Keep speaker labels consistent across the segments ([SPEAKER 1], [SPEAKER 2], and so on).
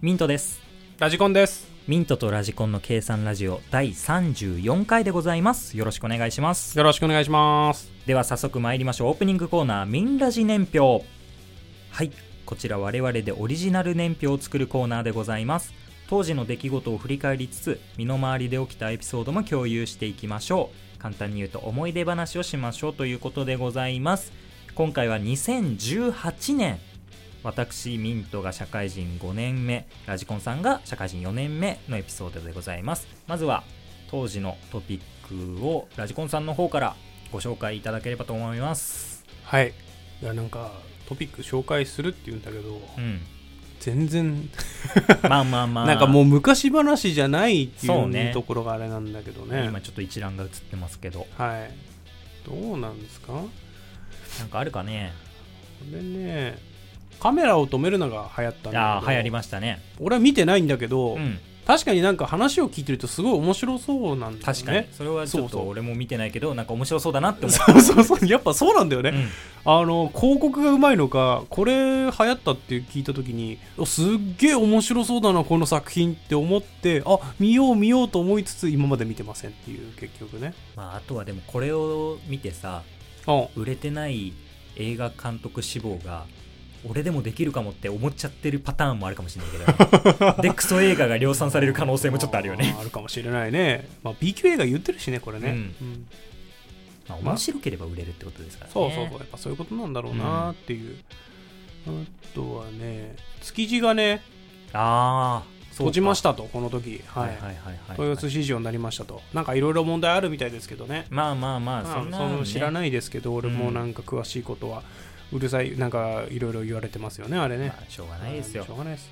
[SPEAKER 1] ミントです
[SPEAKER 2] ラジコンです
[SPEAKER 1] ミントとラジコンの計算ラジオ第34回でございますよろしくお願いします
[SPEAKER 2] よろしくお願いします
[SPEAKER 1] では早速参りましょうオープニングコーナーミンラジ年表はいこちら我々でオリジナル年表を作るコーナーでございます当時の出来事を振り返りつつ身の回りで起きたエピソードも共有していきましょう簡単に言うと思い出話をしましょうということでございます今回は2018年私ミントが社会人5年目ラジコンさんが社会人4年目のエピソードでございますまずは当時のトピックをラジコンさんの方からご紹介いただければと思います
[SPEAKER 2] はいいやなんかトピック紹介するって言うんだけど、
[SPEAKER 1] うん
[SPEAKER 2] 全然
[SPEAKER 1] まあまあまあ
[SPEAKER 2] なんかもう昔話じゃないってい
[SPEAKER 1] そううね
[SPEAKER 2] ところがあれなんだけどね
[SPEAKER 1] 今ちょっと一覧が映ってますけど
[SPEAKER 2] はいどうなんですかこ
[SPEAKER 1] なんかあるかね
[SPEAKER 2] れねカメラを止めるのが流行ったんだ
[SPEAKER 1] あ
[SPEAKER 2] け
[SPEAKER 1] あ
[SPEAKER 2] ど
[SPEAKER 1] 流行りましたね
[SPEAKER 2] 俺は見てないんだけど、
[SPEAKER 1] うん
[SPEAKER 2] 確かになんか話を聞いてるとすごい面白そうなんだよね
[SPEAKER 1] 確かにそれはちょっ
[SPEAKER 2] そう
[SPEAKER 1] と
[SPEAKER 2] そう
[SPEAKER 1] 俺も見てないけどなんか面白そうだなって思っ
[SPEAKER 2] そうそうそうやっぱそうなんだよね、
[SPEAKER 1] てうん
[SPEAKER 2] あの広告がうまいのかこれ流行ったって聞いた時におすっげえ面白そうだなこの作品って思ってあ見よう見ようと思いつつ今まで見てませんっていう結局ね
[SPEAKER 1] まああとはでもこれを見てさ
[SPEAKER 2] あ
[SPEAKER 1] 売れてない映画監督志望が俺でもできるかもって思っちゃってるパターンもあるかもしれないけど、 ね、でクソ映画が量産される可能性もちょっとあるよね、
[SPEAKER 2] ああるかもしれないね、まあ、B 級映画言ってるしねこれね、
[SPEAKER 1] うん
[SPEAKER 2] うん
[SPEAKER 1] まあ、面白ければ売れるってことですからね
[SPEAKER 2] そうそうそうやっぱそういうことなんだろうなっていう、あとはね築地がね
[SPEAKER 1] ああ
[SPEAKER 2] 閉じましたたとこの時
[SPEAKER 1] は
[SPEAKER 2] はいい、
[SPEAKER 1] はいはいはい、
[SPEAKER 2] 豊洲市場になりましたとなんかいろいろ問題あるみたいですけどね
[SPEAKER 1] まあまあまあ
[SPEAKER 2] まあ
[SPEAKER 1] そんな、ね
[SPEAKER 2] その知ら
[SPEAKER 1] い
[SPEAKER 2] ないですけど俺
[SPEAKER 1] う
[SPEAKER 2] も
[SPEAKER 1] ん
[SPEAKER 2] なんか詳しいことはうるさいなんかいろいろ言われてますよねあれね
[SPEAKER 1] ま、あ、しょうがないですよ
[SPEAKER 2] しょうがないです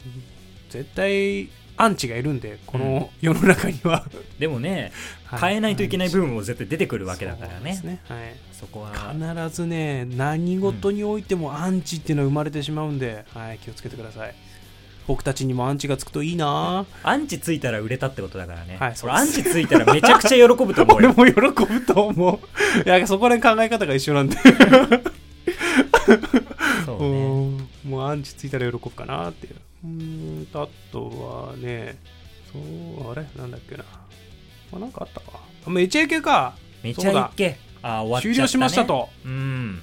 [SPEAKER 2] 絶対アンチがいるんでこの世の中には、
[SPEAKER 1] でもね
[SPEAKER 2] は
[SPEAKER 1] 変えないといけない
[SPEAKER 2] 分
[SPEAKER 1] 部分も絶対出てくるわけだからね,、そ
[SPEAKER 2] はい
[SPEAKER 1] こは
[SPEAKER 2] 必ずね何事においてもアンチっていうのは生まれてしまうんで、はい、気をつけてください僕たちにもアンチがつくといいな
[SPEAKER 1] アンチついたら売れたってことだからね、
[SPEAKER 2] はいそう
[SPEAKER 1] 俺
[SPEAKER 2] です
[SPEAKER 1] アンチついたらめちゃくちゃ喜ぶと思う
[SPEAKER 2] 俺
[SPEAKER 1] よ
[SPEAKER 2] も喜ぶと思ういやそこら辺考え方が一緒なんで
[SPEAKER 1] そう
[SPEAKER 2] う
[SPEAKER 1] ね
[SPEAKER 2] んもうアンチついたら喜ぶかなっていううーんとあとはねそうあれなんだっけなあなんかあったかあめちゃイケか
[SPEAKER 1] めちゃいっけあー終わっちゃった、ね、
[SPEAKER 2] 終了しましたと
[SPEAKER 1] うん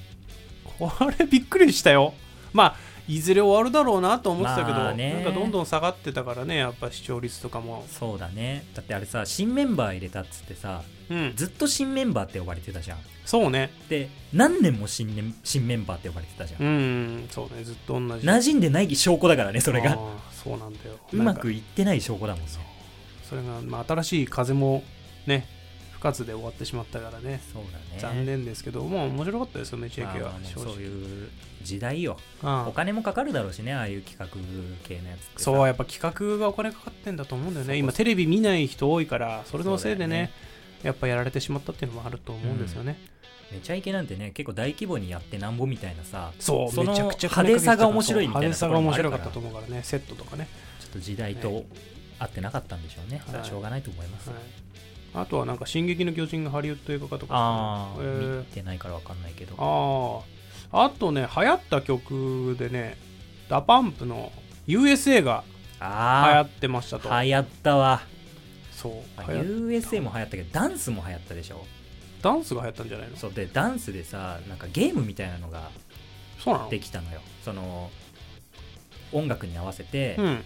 [SPEAKER 2] これびっくりしたよまあいずれ終わるだろうなと思ってたけど、
[SPEAKER 1] まあね
[SPEAKER 2] なんかどんどん下がってたからねやっぱ視聴率とかも
[SPEAKER 1] そうだねだってあれさ新メンバー入れたっつってさ
[SPEAKER 2] うん
[SPEAKER 1] ずっと新メンバーって呼ばれてたじゃん
[SPEAKER 2] そうね
[SPEAKER 1] で何年も新,、ね、新メンバーって呼ばれてたじゃん、
[SPEAKER 2] うんそうねずっと同じ
[SPEAKER 1] 馴染んでない証拠だからねそれ
[SPEAKER 2] あ
[SPEAKER 1] が
[SPEAKER 2] ーそうなんだよ
[SPEAKER 1] うまくいってない証拠だもんね
[SPEAKER 2] そうそれが、まあ、新しい風もね不活で終わってしまったからね
[SPEAKER 1] そうだね
[SPEAKER 2] 残念ですけど、もう面白かったですよ、めちゃイケ
[SPEAKER 1] まあ
[SPEAKER 2] は
[SPEAKER 1] まあ。ね
[SPEAKER 2] 正
[SPEAKER 1] そう
[SPEAKER 2] 直
[SPEAKER 1] いう時代よ
[SPEAKER 2] ああ
[SPEAKER 1] お金もかかるだろうしねああいう企画系のやつってさ
[SPEAKER 2] そう、やっぱ企画がお金かかってんだと思うんだよ
[SPEAKER 1] そうそ
[SPEAKER 2] ね。
[SPEAKER 1] う
[SPEAKER 2] 今、テレビ見ない人多いから、それのせいでね、
[SPEAKER 1] そ
[SPEAKER 2] やっぱやられてしまったっていうのもあると思うんですよね。
[SPEAKER 1] めちゃイケなんてね結構大規模にやってなんぼみたいなさ
[SPEAKER 2] そう、
[SPEAKER 1] その
[SPEAKER 2] めちゃくちゃ
[SPEAKER 1] 派手さが面白いみたいな
[SPEAKER 2] そう派手さが面白かったと思うからね、セットとかね。
[SPEAKER 1] ちょっと時代と合ってなかったんでしょうね、それはしょうがないと思います、
[SPEAKER 2] はいあとはなんか、進撃の巨人がハリウッド映画化とか、
[SPEAKER 1] ああ、
[SPEAKER 2] えー
[SPEAKER 1] 見てないからわかんないけど
[SPEAKER 2] ああ。あとね、流行った曲でね、ダパンプの USA が流行
[SPEAKER 1] あ
[SPEAKER 2] ってましたと。
[SPEAKER 1] あ流行ったわ
[SPEAKER 2] そう
[SPEAKER 1] まあ
[SPEAKER 2] 流行っ
[SPEAKER 1] USA も流行ったけどダンスも流行ったでしょ
[SPEAKER 2] ダンスが流行ったんじゃないの
[SPEAKER 1] そうでダンスでさなんかゲームみたいなのが
[SPEAKER 2] そうなの
[SPEAKER 1] できたのよその音楽に合わせて、
[SPEAKER 2] うん、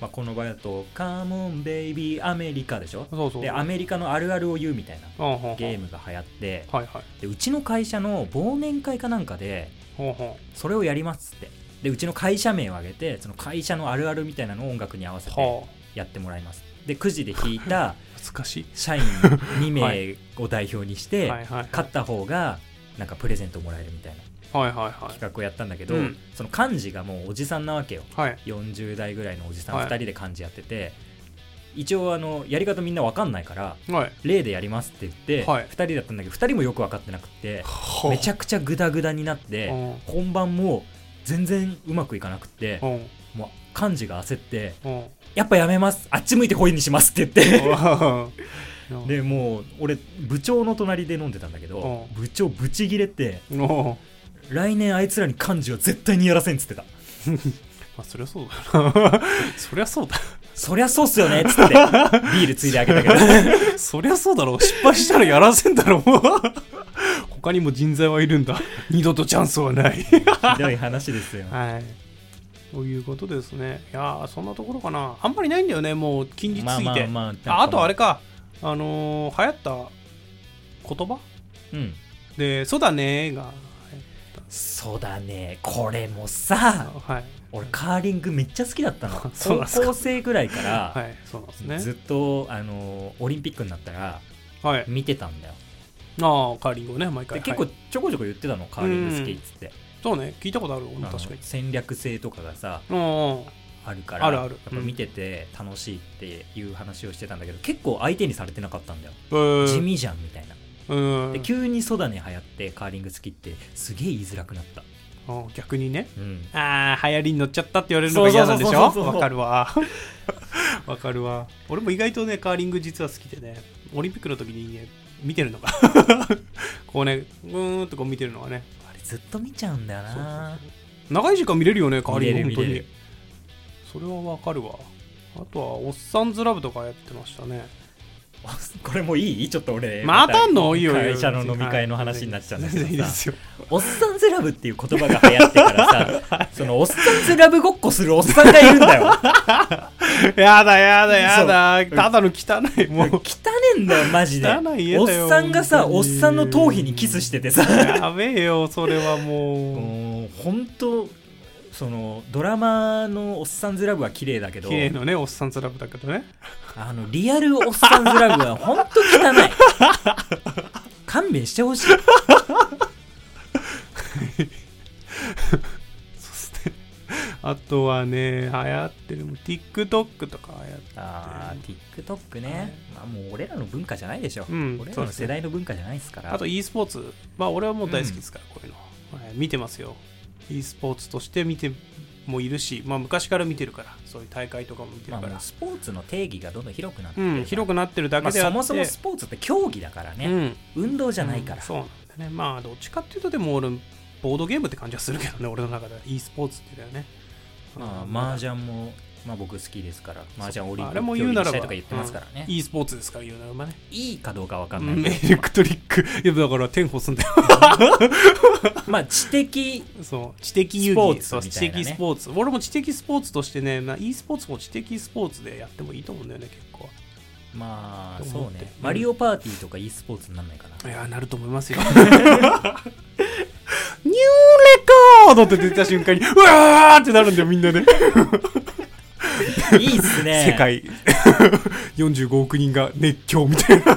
[SPEAKER 1] まあ、この場合だと「カモンベイビーアメリカ」でしょ
[SPEAKER 2] そうそう。
[SPEAKER 1] でアメリカのあるあるを言うみたいな
[SPEAKER 2] ほうほうほう
[SPEAKER 1] ゲームが流行って
[SPEAKER 2] はいはい。
[SPEAKER 1] でうちの会社の忘年会かなんかで
[SPEAKER 2] ほうほ
[SPEAKER 1] それをやりますってでうちの会社名を挙げてその会社のあるあるみたいなのを音楽に合わせ
[SPEAKER 2] う。
[SPEAKER 1] て
[SPEAKER 2] は
[SPEAKER 1] やってもらいますで9時で弾い た
[SPEAKER 2] あ。懐かし
[SPEAKER 1] 社員2
[SPEAKER 2] は
[SPEAKER 1] 名を代表にし
[SPEAKER 2] い。
[SPEAKER 1] て、
[SPEAKER 2] はいはい。
[SPEAKER 1] 勝った方がなんかプレゼントもらえるみたいな
[SPEAKER 2] はいはいは
[SPEAKER 1] 企画をやったんだけど、
[SPEAKER 2] うん
[SPEAKER 1] その幹事がもうおじさんなわけよ
[SPEAKER 2] い。はい。
[SPEAKER 1] 40代ぐらいのおじさん
[SPEAKER 2] はい
[SPEAKER 1] 2人で幹事やってて、一応あのやり方みんな分かんないから
[SPEAKER 2] はい。
[SPEAKER 1] 例でやりますって言って、
[SPEAKER 2] はい
[SPEAKER 1] 2人だったんだけど2人もよく分かってなくって
[SPEAKER 2] は
[SPEAKER 1] めちゃくちゃグダグダになって
[SPEAKER 2] うん
[SPEAKER 1] 本番も全然うまくいかなくって
[SPEAKER 2] うん
[SPEAKER 1] もう幹事が焦って
[SPEAKER 2] うん
[SPEAKER 1] 「やっぱやめますあっち向いてホイにします」って言って
[SPEAKER 2] う ん
[SPEAKER 1] でもう俺部長の隣で飲んでたんだけど
[SPEAKER 2] う
[SPEAKER 1] 部長ブチギレて
[SPEAKER 2] うん
[SPEAKER 1] 来年あいつらに漢字は絶対にやらせんっつってた
[SPEAKER 2] まあそりゃそうだな そりゃそうだ
[SPEAKER 1] そりゃそうっすよねっ つってビールついであげたけど
[SPEAKER 2] そりゃそうだろう失敗したらやらせんだろう 他にも人材はいるんだ二度とチャンスはない
[SPEAKER 1] ひどい話ですよ
[SPEAKER 2] はいということですねいやーそんなところかなあんまりないんだよねもう近日
[SPEAKER 1] まあ
[SPEAKER 2] すぎ
[SPEAKER 1] ま
[SPEAKER 2] て
[SPEAKER 1] あまあなんか
[SPEAKER 2] ああとあれかあのー流行った言葉
[SPEAKER 1] うん
[SPEAKER 2] で「そうだね」が
[SPEAKER 1] そうだねこれもさ
[SPEAKER 2] はい
[SPEAKER 1] 俺カーリングめっちゃ好きだったの
[SPEAKER 2] そうなんす
[SPEAKER 1] 高
[SPEAKER 2] か
[SPEAKER 1] 校生ぐらいから、
[SPEAKER 2] はいそうなんですね
[SPEAKER 1] ずっとあのオリンピックになったら
[SPEAKER 2] はい
[SPEAKER 1] 見てたんだよ
[SPEAKER 2] ああカーリングをね毎
[SPEAKER 1] で
[SPEAKER 2] 回
[SPEAKER 1] 結
[SPEAKER 2] は
[SPEAKER 1] 構
[SPEAKER 2] い
[SPEAKER 1] ちょこちょこ言ってたのカーリング好きっつって、
[SPEAKER 2] そうね聞いたことある俺も
[SPEAKER 1] あの
[SPEAKER 2] 確かに
[SPEAKER 1] 戦略性とかがさ
[SPEAKER 2] うんうん
[SPEAKER 1] あるから
[SPEAKER 2] あるある
[SPEAKER 1] やっぱ見てて楽しいっていう話をしてたんだけど、結構相手にされてなかったんだよ、
[SPEAKER 2] えー
[SPEAKER 1] 地味じゃんみたいな
[SPEAKER 2] うん
[SPEAKER 1] で急にソダネ流行ってカーリング好きってすげえ言いづらくなった、
[SPEAKER 2] あ逆にね
[SPEAKER 1] うん、
[SPEAKER 2] ああ流行りに乗っちゃったって言われるのが嫌なんでし
[SPEAKER 1] そうそうそ
[SPEAKER 2] ょ
[SPEAKER 1] うそうそう
[SPEAKER 2] わかるわ わかるわ俺も意外とねカーリング実は好きでねオリンピックの時にね見てるのがこうねうーんとこう見てるのがね
[SPEAKER 1] あれずっと見ちゃうんだよな
[SPEAKER 2] そう長い時間見れるよねカーリング
[SPEAKER 1] 見れ
[SPEAKER 2] 本当
[SPEAKER 1] る見れ
[SPEAKER 2] に
[SPEAKER 1] る
[SPEAKER 2] それはわかるわあとは「おっさんずラブ」とかやってましたね
[SPEAKER 1] これもういいちょっと俺
[SPEAKER 2] またのいいよ
[SPEAKER 1] 会社の飲み会の話になっちゃうんだけ
[SPEAKER 2] 全然いい
[SPEAKER 1] ど
[SPEAKER 2] で
[SPEAKER 1] さ
[SPEAKER 2] すよ
[SPEAKER 1] おっさんずラブっていう言葉が流行ってからさそのおっさんずラブごっこするおっさんがいるんだ よ
[SPEAKER 2] やだやだやだただの汚いもう
[SPEAKER 1] 汚ねんだよマジで
[SPEAKER 2] 汚い家だよ
[SPEAKER 1] おっさんがさおっ
[SPEAKER 2] 本当に
[SPEAKER 1] さんの頭皮にキスしててさ
[SPEAKER 2] やべえよそれはもう
[SPEAKER 1] もう本当そのドラマのおっさんずラブは綺麗だけど
[SPEAKER 2] 綺麗のねおっさんずラブだけどね
[SPEAKER 1] あのリアルおっさんずラブは本当汚 い勘弁してほしい
[SPEAKER 2] あとはね流行ってるもう TikTok とか流行って
[SPEAKER 1] あー TikTok ね、
[SPEAKER 2] はい
[SPEAKER 1] まあ、もう俺らの文化じゃないでしょ、
[SPEAKER 2] うん
[SPEAKER 1] 俺ら
[SPEAKER 2] そう
[SPEAKER 1] の
[SPEAKER 2] です
[SPEAKER 1] 世
[SPEAKER 2] ね
[SPEAKER 1] 代の文化じゃないですから
[SPEAKER 2] あと e スポーツまあ俺はもう大好きですから、こういうの、はい見てますよ e スポーツとして見てもいるしまあ昔から見てるからそういう大会とかも見て
[SPEAKER 1] ま
[SPEAKER 2] る
[SPEAKER 1] あ
[SPEAKER 2] か
[SPEAKER 1] も
[SPEAKER 2] ら
[SPEAKER 1] う、スポーツの定義がどんどん広くなって
[SPEAKER 2] うん広くなってるだ
[SPEAKER 1] ま
[SPEAKER 2] け
[SPEAKER 1] あ
[SPEAKER 2] であ
[SPEAKER 1] そ
[SPEAKER 2] って、
[SPEAKER 1] もそもスポーツって競技だから
[SPEAKER 2] う
[SPEAKER 1] ね、
[SPEAKER 2] ん
[SPEAKER 1] 運動じゃないから、
[SPEAKER 2] うんそうなんだねまあどっちかっていうとでも俺ボードゲームって感じはするけど ね俺の中では e スポーツっていうのはね
[SPEAKER 1] ま
[SPEAKER 2] うん
[SPEAKER 1] あ麻雀も、まあ、僕好きですから麻雀オリンピ
[SPEAKER 2] あれ
[SPEAKER 1] ッ
[SPEAKER 2] も
[SPEAKER 1] ク
[SPEAKER 2] 言うなら
[SPEAKER 1] した
[SPEAKER 2] ば
[SPEAKER 1] いとか言ってますからね、
[SPEAKER 2] うん e スポーツですから言うならばね
[SPEAKER 1] いいかどうかわか
[SPEAKER 2] うん
[SPEAKER 1] ない
[SPEAKER 2] ん
[SPEAKER 1] けど、
[SPEAKER 2] エ レクトリックいやだから天保すんだよ
[SPEAKER 1] まあ知的
[SPEAKER 2] そう知的遊戯
[SPEAKER 1] スポーツみ
[SPEAKER 2] 知
[SPEAKER 1] たいなね
[SPEAKER 2] 的スポーツ俺も知的スポーツとしてね、まあ、e スポーツも知的スポーツでやってもいいと思うんだよね結構
[SPEAKER 1] まあ
[SPEAKER 2] と
[SPEAKER 1] そ
[SPEAKER 2] 思
[SPEAKER 1] う
[SPEAKER 2] って
[SPEAKER 1] ねマリオパーティーとか e スポーツになんない かない
[SPEAKER 2] やーなると思い ますよニューレコードって出た瞬間にうわーってなるんだよみんなね
[SPEAKER 1] いいっすね
[SPEAKER 2] 世界45億人が熱狂みたいな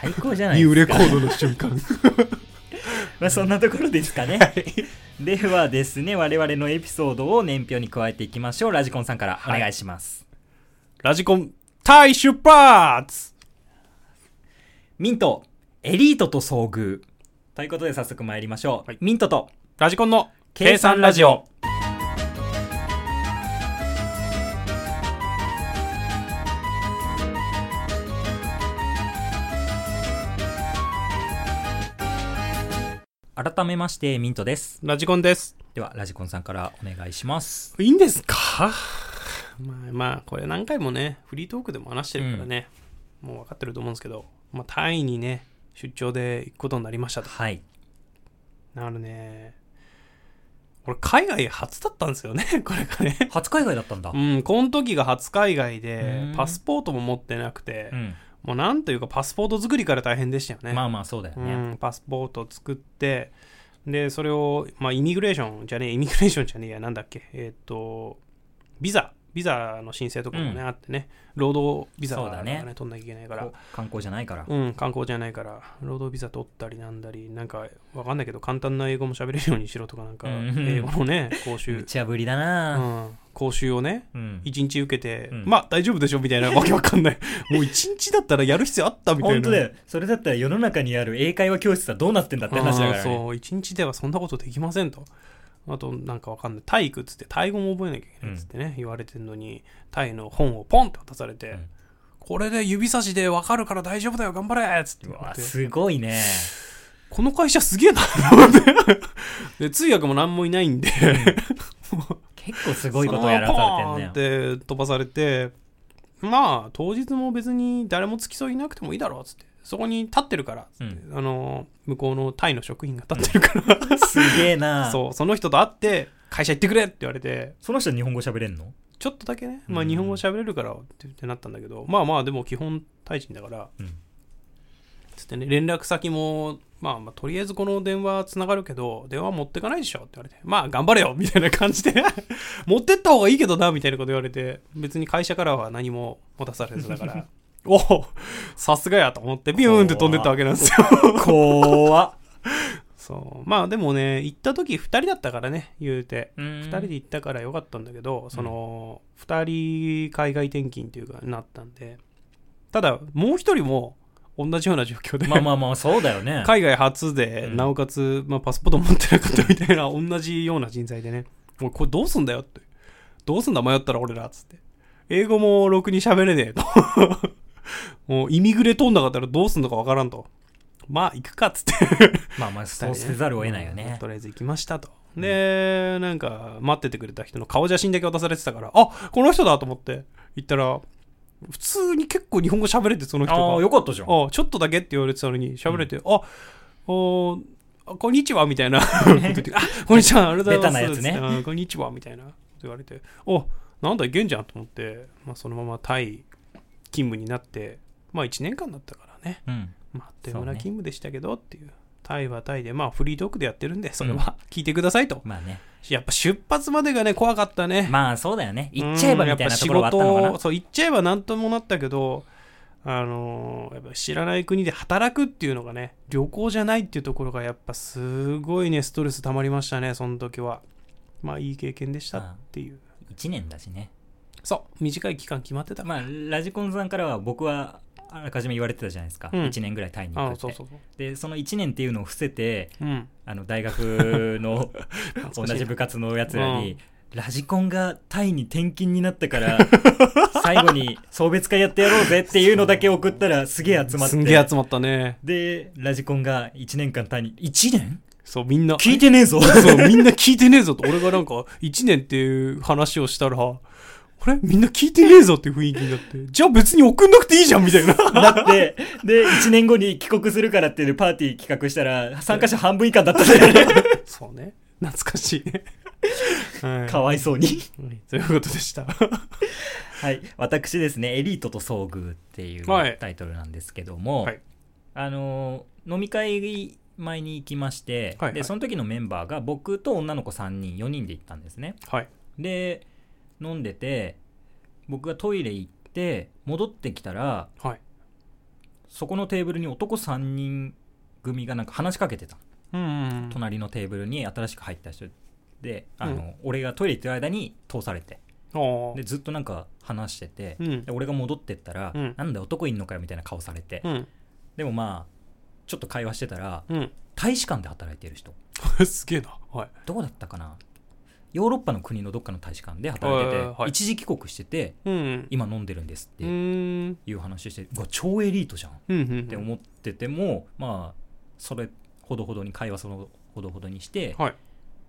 [SPEAKER 1] 最高じゃない
[SPEAKER 2] ニュー
[SPEAKER 1] です
[SPEAKER 2] レ
[SPEAKER 1] か
[SPEAKER 2] コードの瞬間
[SPEAKER 1] まあそんなところですかね、ではですね我々のエピソードを年表に加えていきましょうラジコンさんからお願いします、
[SPEAKER 2] ラジコン大出発
[SPEAKER 1] ミントエリートと遭遇ということで早速参りましょう、
[SPEAKER 2] はい
[SPEAKER 1] ミントと
[SPEAKER 2] ラジコンの
[SPEAKER 1] 計
[SPEAKER 2] 計
[SPEAKER 1] 算
[SPEAKER 2] 算
[SPEAKER 1] ラ
[SPEAKER 2] ラ
[SPEAKER 1] ジ
[SPEAKER 2] ジ
[SPEAKER 1] オ
[SPEAKER 2] オ
[SPEAKER 1] 改めましてミントです
[SPEAKER 2] ラジコンです
[SPEAKER 1] ではラジコンさんからお願いします
[SPEAKER 2] いいんですかまあまあこれ何回もねフリートークでも話してるからね、もう分かってると思うんですけど、まあ、タイにね出張で行くことになりましたと
[SPEAKER 1] はい
[SPEAKER 2] なるね俺海外初だったんですよね これがね
[SPEAKER 1] 初海外だったんだ
[SPEAKER 2] うんこの時が初海外で
[SPEAKER 1] うん
[SPEAKER 2] パスポートも持ってなくて、
[SPEAKER 1] うん、
[SPEAKER 2] もうなんというかパスポート作りから大変でしたよね、
[SPEAKER 1] まあまあそうだよね、
[SPEAKER 2] うん、パスポートを作ってでそれを、まあ、イミグレーションじゃねえイミグレーションじゃねえやなんだっけえっ、とビザビザの申請とかもね、
[SPEAKER 1] うん
[SPEAKER 2] あってね労働ビザ
[SPEAKER 1] そう
[SPEAKER 2] か
[SPEAKER 1] だ
[SPEAKER 2] ら
[SPEAKER 1] ね
[SPEAKER 2] ね取んなきゃいけないから
[SPEAKER 1] こう観光じゃないから、
[SPEAKER 2] うん、観光じゃないから労働ビザ取ったりなんだりなんかわかんないけど簡単な英語も喋れるようにしろとかなんか
[SPEAKER 1] うん
[SPEAKER 2] 英語の ね講
[SPEAKER 1] 無
[SPEAKER 2] 習、
[SPEAKER 1] 茶ぶりだ
[SPEAKER 2] う
[SPEAKER 1] な、
[SPEAKER 2] ん、講習をね
[SPEAKER 1] うん
[SPEAKER 2] 1日受けて、
[SPEAKER 1] うん
[SPEAKER 2] まあ大丈夫でしょみたいなわけわかんないもう1日だったらやる必要あったみたいな
[SPEAKER 1] 本当だよそれだったら世の中にある英会話教室はどうなってんだって話だか
[SPEAKER 2] あー
[SPEAKER 1] ら、ね、
[SPEAKER 2] そう1日ではそんなことできませんとあとなんかわかんない体育っつってタイ語も覚えなきゃいけないっつってね、言われてるのにタイの本をポンって渡されて、
[SPEAKER 1] うん
[SPEAKER 2] これで指差しでわかるから大丈夫だよ頑張れっつって言
[SPEAKER 1] う
[SPEAKER 2] わ
[SPEAKER 1] わ
[SPEAKER 2] れて
[SPEAKER 1] すごいね
[SPEAKER 2] この会社すげえなと思ってで通訳も何もいないんで、
[SPEAKER 1] 結構すごいことをやらされてんね
[SPEAKER 2] そのままポーンって飛ばされてまあ当日も別に誰も付き添いなくてもいいだろうっつってそこに立ってるからっつって、あの向こうのタイの職員が立ってるから、
[SPEAKER 1] すげえな そ
[SPEAKER 2] そうその人と会って会社行ってくれって言われて
[SPEAKER 1] の人日本語喋れんの
[SPEAKER 2] ちょっとだけね、まあ、
[SPEAKER 1] うん
[SPEAKER 2] 日本語喋れるからってってなったんだけど、まあまあでも基本タイ人だから、
[SPEAKER 1] うん
[SPEAKER 2] つってね連絡先も、まあ、まあとりあえずこの電話つながるけど電話持ってかないでしょって言われてまあ頑張れよみ たいな感じで持ってった方がいいけどなみたいなこと言われて別に会社からは何も持たされずだから おおさすがやと思ってビューンって飛んでったわけなんですよ
[SPEAKER 1] 怖っ
[SPEAKER 2] そうまあでもね行った時2人だったからね言うて
[SPEAKER 1] 2
[SPEAKER 2] 2人で行ったからよかったんだけど、その2人海外転勤というかなったんでただもう1人も同じような状況で、
[SPEAKER 1] まあまあまあそうだよね
[SPEAKER 2] 海外初で、
[SPEAKER 1] うん
[SPEAKER 2] なおかつ、まあ、パスポート持ってなかったみ たいな同じような人材でねもうこれどうすんだよってどうすんだ迷ったら俺らっつって英語もろくに喋れねえと もうイミグレ通んなかったらどうすんのかわからんとまあ行くかっつって
[SPEAKER 1] まあまあそうせざるを得ないよね
[SPEAKER 2] とりあえず行きましたと。で、なんか、待っててくれた人の顔写真だけ渡されてたから、あこの人だと思って、行ったら、普通に結構日本語喋れて、その人
[SPEAKER 1] ああ
[SPEAKER 2] が。
[SPEAKER 1] よかったじゃん
[SPEAKER 2] あちょっとだけって言われてたのに、喋れて、あおーあこんにちはみ たいな こと言ってあこんにちは、ありがとうござ
[SPEAKER 1] ベタ
[SPEAKER 2] います。
[SPEAKER 1] なやつね
[SPEAKER 2] つってあこんにちはみたいなこと言われて、おなんだ、いけんじゃんと思って、まあ、そのままタイ勤務になって、まあ1年間だったからね。
[SPEAKER 1] うん
[SPEAKER 2] まあ、あっという
[SPEAKER 1] そう
[SPEAKER 2] 間
[SPEAKER 1] ね
[SPEAKER 2] な勤務でしたけどっていうタイはタイで、まあ、フリートークでやってるんで、それは 聞いてくださいと。
[SPEAKER 1] まあね
[SPEAKER 2] やっぱ出発までがね、怖かったね。
[SPEAKER 1] まあそうだよね行っちゃえばみたいなところはあったのか
[SPEAKER 2] うんや
[SPEAKER 1] な
[SPEAKER 2] っぱ仕事をそう、行っちゃえばなんともなったけど、あのーやっぱ知らない国で働くっていうのがね、旅行じゃないっていうところが、やっぱすごいね、ストレス溜まりましたね、その時は。まあ、いい経験でしたっていう。
[SPEAKER 1] 1年だしね
[SPEAKER 2] そう、短い期間決まってた。
[SPEAKER 1] まあラジコンさんからは僕はあらかじめ言われてたじゃないですか
[SPEAKER 2] うん
[SPEAKER 1] 1年ぐらいタイに行
[SPEAKER 2] あ
[SPEAKER 1] くっ
[SPEAKER 2] そう
[SPEAKER 1] て
[SPEAKER 2] そうそう。
[SPEAKER 1] でその1年っていうのを伏せて
[SPEAKER 2] うん。
[SPEAKER 1] あの大学 の同
[SPEAKER 2] 懐かしい
[SPEAKER 1] じ部活のやつらに、
[SPEAKER 2] うん
[SPEAKER 1] ラジコンがタイに転勤になったから 最後に送別会やってやろうぜっていうのだけ送ったらすげえ集まっ
[SPEAKER 2] すんげえ
[SPEAKER 1] て
[SPEAKER 2] 集まったね。
[SPEAKER 1] でラジコンが1年間タイに1年
[SPEAKER 2] そう、みんな。
[SPEAKER 1] 聞いてねえぞ
[SPEAKER 2] そう、みんな聞いてねえぞと。俺がなんか、1年っていう話をしたら、あれみんな聞いてねえぞっていう雰囲気になって、じゃあ別に送んなくていいじゃんみたいな。
[SPEAKER 1] だってで1年後に帰国するからっていうパーティー企画したら参加者半分以下だった ね
[SPEAKER 2] そうね。懐かしいね。はい
[SPEAKER 1] かわいそうに
[SPEAKER 2] はいということでした。
[SPEAKER 1] はい私ですね「エリートと遭遇」っていう
[SPEAKER 2] はい
[SPEAKER 1] タイトルなんですけども、
[SPEAKER 2] はい
[SPEAKER 1] あの飲み会前に行きまして、
[SPEAKER 2] はいはい
[SPEAKER 1] でその時のメンバーが僕と女の子3人4人で行ったんですね
[SPEAKER 2] はい。
[SPEAKER 1] で飲んでて僕がトイレ行って戻ってきたら
[SPEAKER 2] はい。
[SPEAKER 1] そこのテーブルに男3人組がなんか話しかけてた
[SPEAKER 2] うん。
[SPEAKER 1] 隣のテーブルに新しく入った人であ
[SPEAKER 2] う
[SPEAKER 1] の、俺がトイレ行ってる間に通されて
[SPEAKER 2] お
[SPEAKER 1] でずっとなんか話してて、
[SPEAKER 2] うん
[SPEAKER 1] で。俺が戻ってったら、
[SPEAKER 2] うん
[SPEAKER 1] なんだ男いんのかよみたいな顔されて、
[SPEAKER 2] うん。
[SPEAKER 1] でもまあちょっと会話してたら
[SPEAKER 2] うん。
[SPEAKER 1] 大使館で働いてる人
[SPEAKER 2] すげえな。はい。
[SPEAKER 1] どこだったかなヨーロッパの国のどっかの大使館で働いてて、
[SPEAKER 2] えーはい
[SPEAKER 1] 一時帰国してて
[SPEAKER 2] うん。
[SPEAKER 1] 今飲んでるんです
[SPEAKER 2] う
[SPEAKER 1] って
[SPEAKER 2] ーん。
[SPEAKER 1] いう話してうわ超エリートじゃんっ
[SPEAKER 2] うん。うん。
[SPEAKER 1] て思ってても、まあそれほどほどに会話そのほどほどにして、
[SPEAKER 2] はい。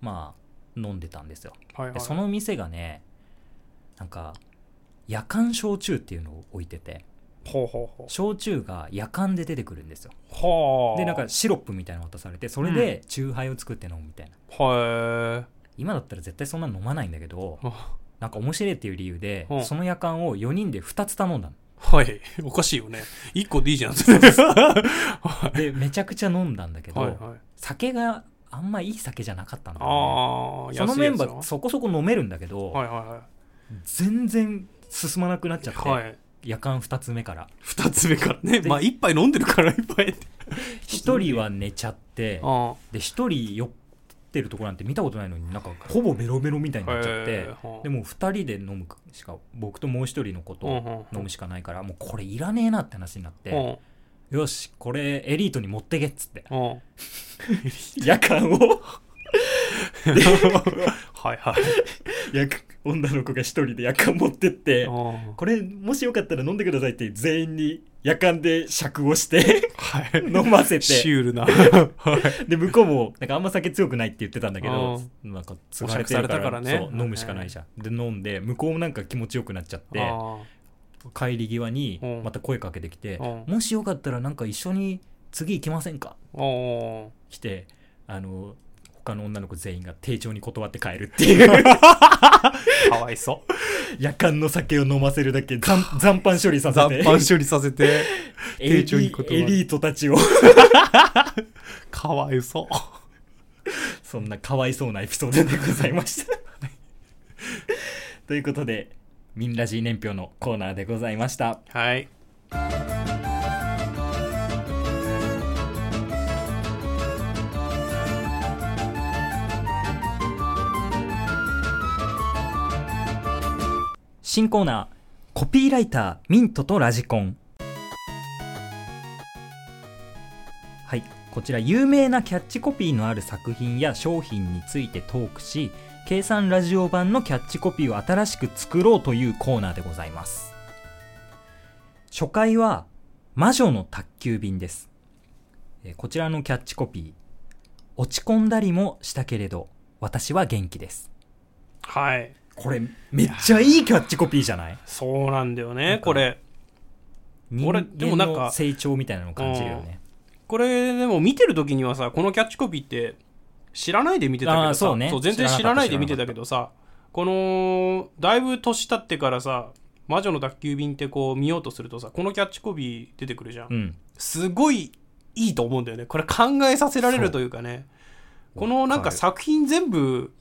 [SPEAKER 1] まあ飲んでたんですよ
[SPEAKER 2] はい。は
[SPEAKER 1] で
[SPEAKER 2] い。
[SPEAKER 1] その店がねなんか夜間焼酎っていうのを置いてて
[SPEAKER 2] ほうほうほう。
[SPEAKER 1] 焼酎が夜間で出てくるんですよ
[SPEAKER 2] はあ。
[SPEAKER 1] でなんか、シロップみたいなの渡されてそれでチューハイを作って飲むみたいな、
[SPEAKER 2] は
[SPEAKER 1] 今だったら絶対そんなの飲まないんだけど
[SPEAKER 2] え。
[SPEAKER 1] なんか面白いっていう理由で
[SPEAKER 2] うん
[SPEAKER 1] その夜間を4人で2つ頼んだ
[SPEAKER 2] はい。おかしいよね。1個でいいじゃん。そ れは
[SPEAKER 1] のでめちゃくちゃ飲んだんだけ
[SPEAKER 2] い。
[SPEAKER 1] ど、
[SPEAKER 2] はい。はい。
[SPEAKER 1] 酒があんまいい酒じゃなかったんだよ
[SPEAKER 2] ああ、
[SPEAKER 1] ねそのメンバー
[SPEAKER 2] 安いやつ
[SPEAKER 1] そこそこ飲めるんだけど、
[SPEAKER 2] なはいは
[SPEAKER 1] 全然進まなくなっちゃって、
[SPEAKER 2] いはい。はい。
[SPEAKER 1] 夜間2つ目から
[SPEAKER 2] 二つ目からね。
[SPEAKER 1] で
[SPEAKER 2] まあ、一杯飲んでるから、一杯って。
[SPEAKER 1] 1人は寝ちゃって
[SPEAKER 2] あ
[SPEAKER 1] で1人酔ってるとこなんて見たことないのになんかほぼベロベロみたいになっちゃって、でも2人で飲むしか僕ともう1人の子と飲むしかないからもうこれいらねえなって話になって
[SPEAKER 2] て。
[SPEAKER 1] よしこれエリートに持ってけっつって
[SPEAKER 2] うん。うん。
[SPEAKER 1] 夜間を
[SPEAKER 2] はいはい。
[SPEAKER 1] 夜間女の子が一人で夜間持ってって
[SPEAKER 2] あ
[SPEAKER 1] これもしよかったら飲んでくださいって全員に夜間で酌をして
[SPEAKER 2] あはい
[SPEAKER 1] 飲ませ
[SPEAKER 2] シ
[SPEAKER 1] て
[SPEAKER 2] ュールな はい
[SPEAKER 1] で向こうもなんかあんま酒強くないって言ってたんだけど
[SPEAKER 2] う
[SPEAKER 1] なんか潰されてるから
[SPEAKER 2] お酌されたからね
[SPEAKER 1] そう飲むしかないじゃん、で飲んで向こうもなんか気持ちよくなっちゃって
[SPEAKER 2] あ
[SPEAKER 1] 帰り際に
[SPEAKER 2] うん
[SPEAKER 1] また声かけてきて、
[SPEAKER 2] うん
[SPEAKER 1] もしよかったらなんか一緒に次行きませんか
[SPEAKER 2] あお
[SPEAKER 1] 来てあの他の女の子全員が丁重に断って帰るっていう
[SPEAKER 2] ーかわいそ
[SPEAKER 1] 夜間の酒を飲ませるだけ残残飯処理
[SPEAKER 2] う
[SPEAKER 1] させ
[SPEAKER 2] 残
[SPEAKER 1] て
[SPEAKER 2] 飯処理させて
[SPEAKER 1] エリ
[SPEAKER 2] 丁重に断る
[SPEAKER 1] エリートたちを
[SPEAKER 2] かわいそう
[SPEAKER 1] そんなかわいそうなエピソードでございま したということで「ミンラジー年表」のコーナーでございました
[SPEAKER 2] はい
[SPEAKER 1] 新コーナーコピーライターミントとラジコンはいこちら有名なキャッチコピーのある作品や商品についてトークし計算ラジオ版のキャッチコピーを新しく作ろうというコーナーでございます初回は魔女の宅急便ですえーこちらのキャッチコピー落ち込んだりもしたけれど私は元気です
[SPEAKER 2] はい
[SPEAKER 1] これめっちゃいいキャッチコピーじゃない
[SPEAKER 2] そうなんだよ
[SPEAKER 1] なん
[SPEAKER 2] ね
[SPEAKER 1] か
[SPEAKER 2] これ
[SPEAKER 1] 人
[SPEAKER 2] 俺
[SPEAKER 1] 間
[SPEAKER 2] でもなんか
[SPEAKER 1] の成長みたいなのを感じるよね。
[SPEAKER 2] これでも見てる時にはさこのキャッチコピーって知らないで見てたけど
[SPEAKER 1] あー
[SPEAKER 2] さ
[SPEAKER 1] そうね
[SPEAKER 2] 全然知らないで見てたけどさこのだいぶ年経ってからさ「魔女の宅急便」ってこう見ようとするとさこのキャッチコピー出てくるじゃん、
[SPEAKER 1] うん。
[SPEAKER 2] すごいいいと思うんだよねこれ考えさせられるというかねこのなんか作品全部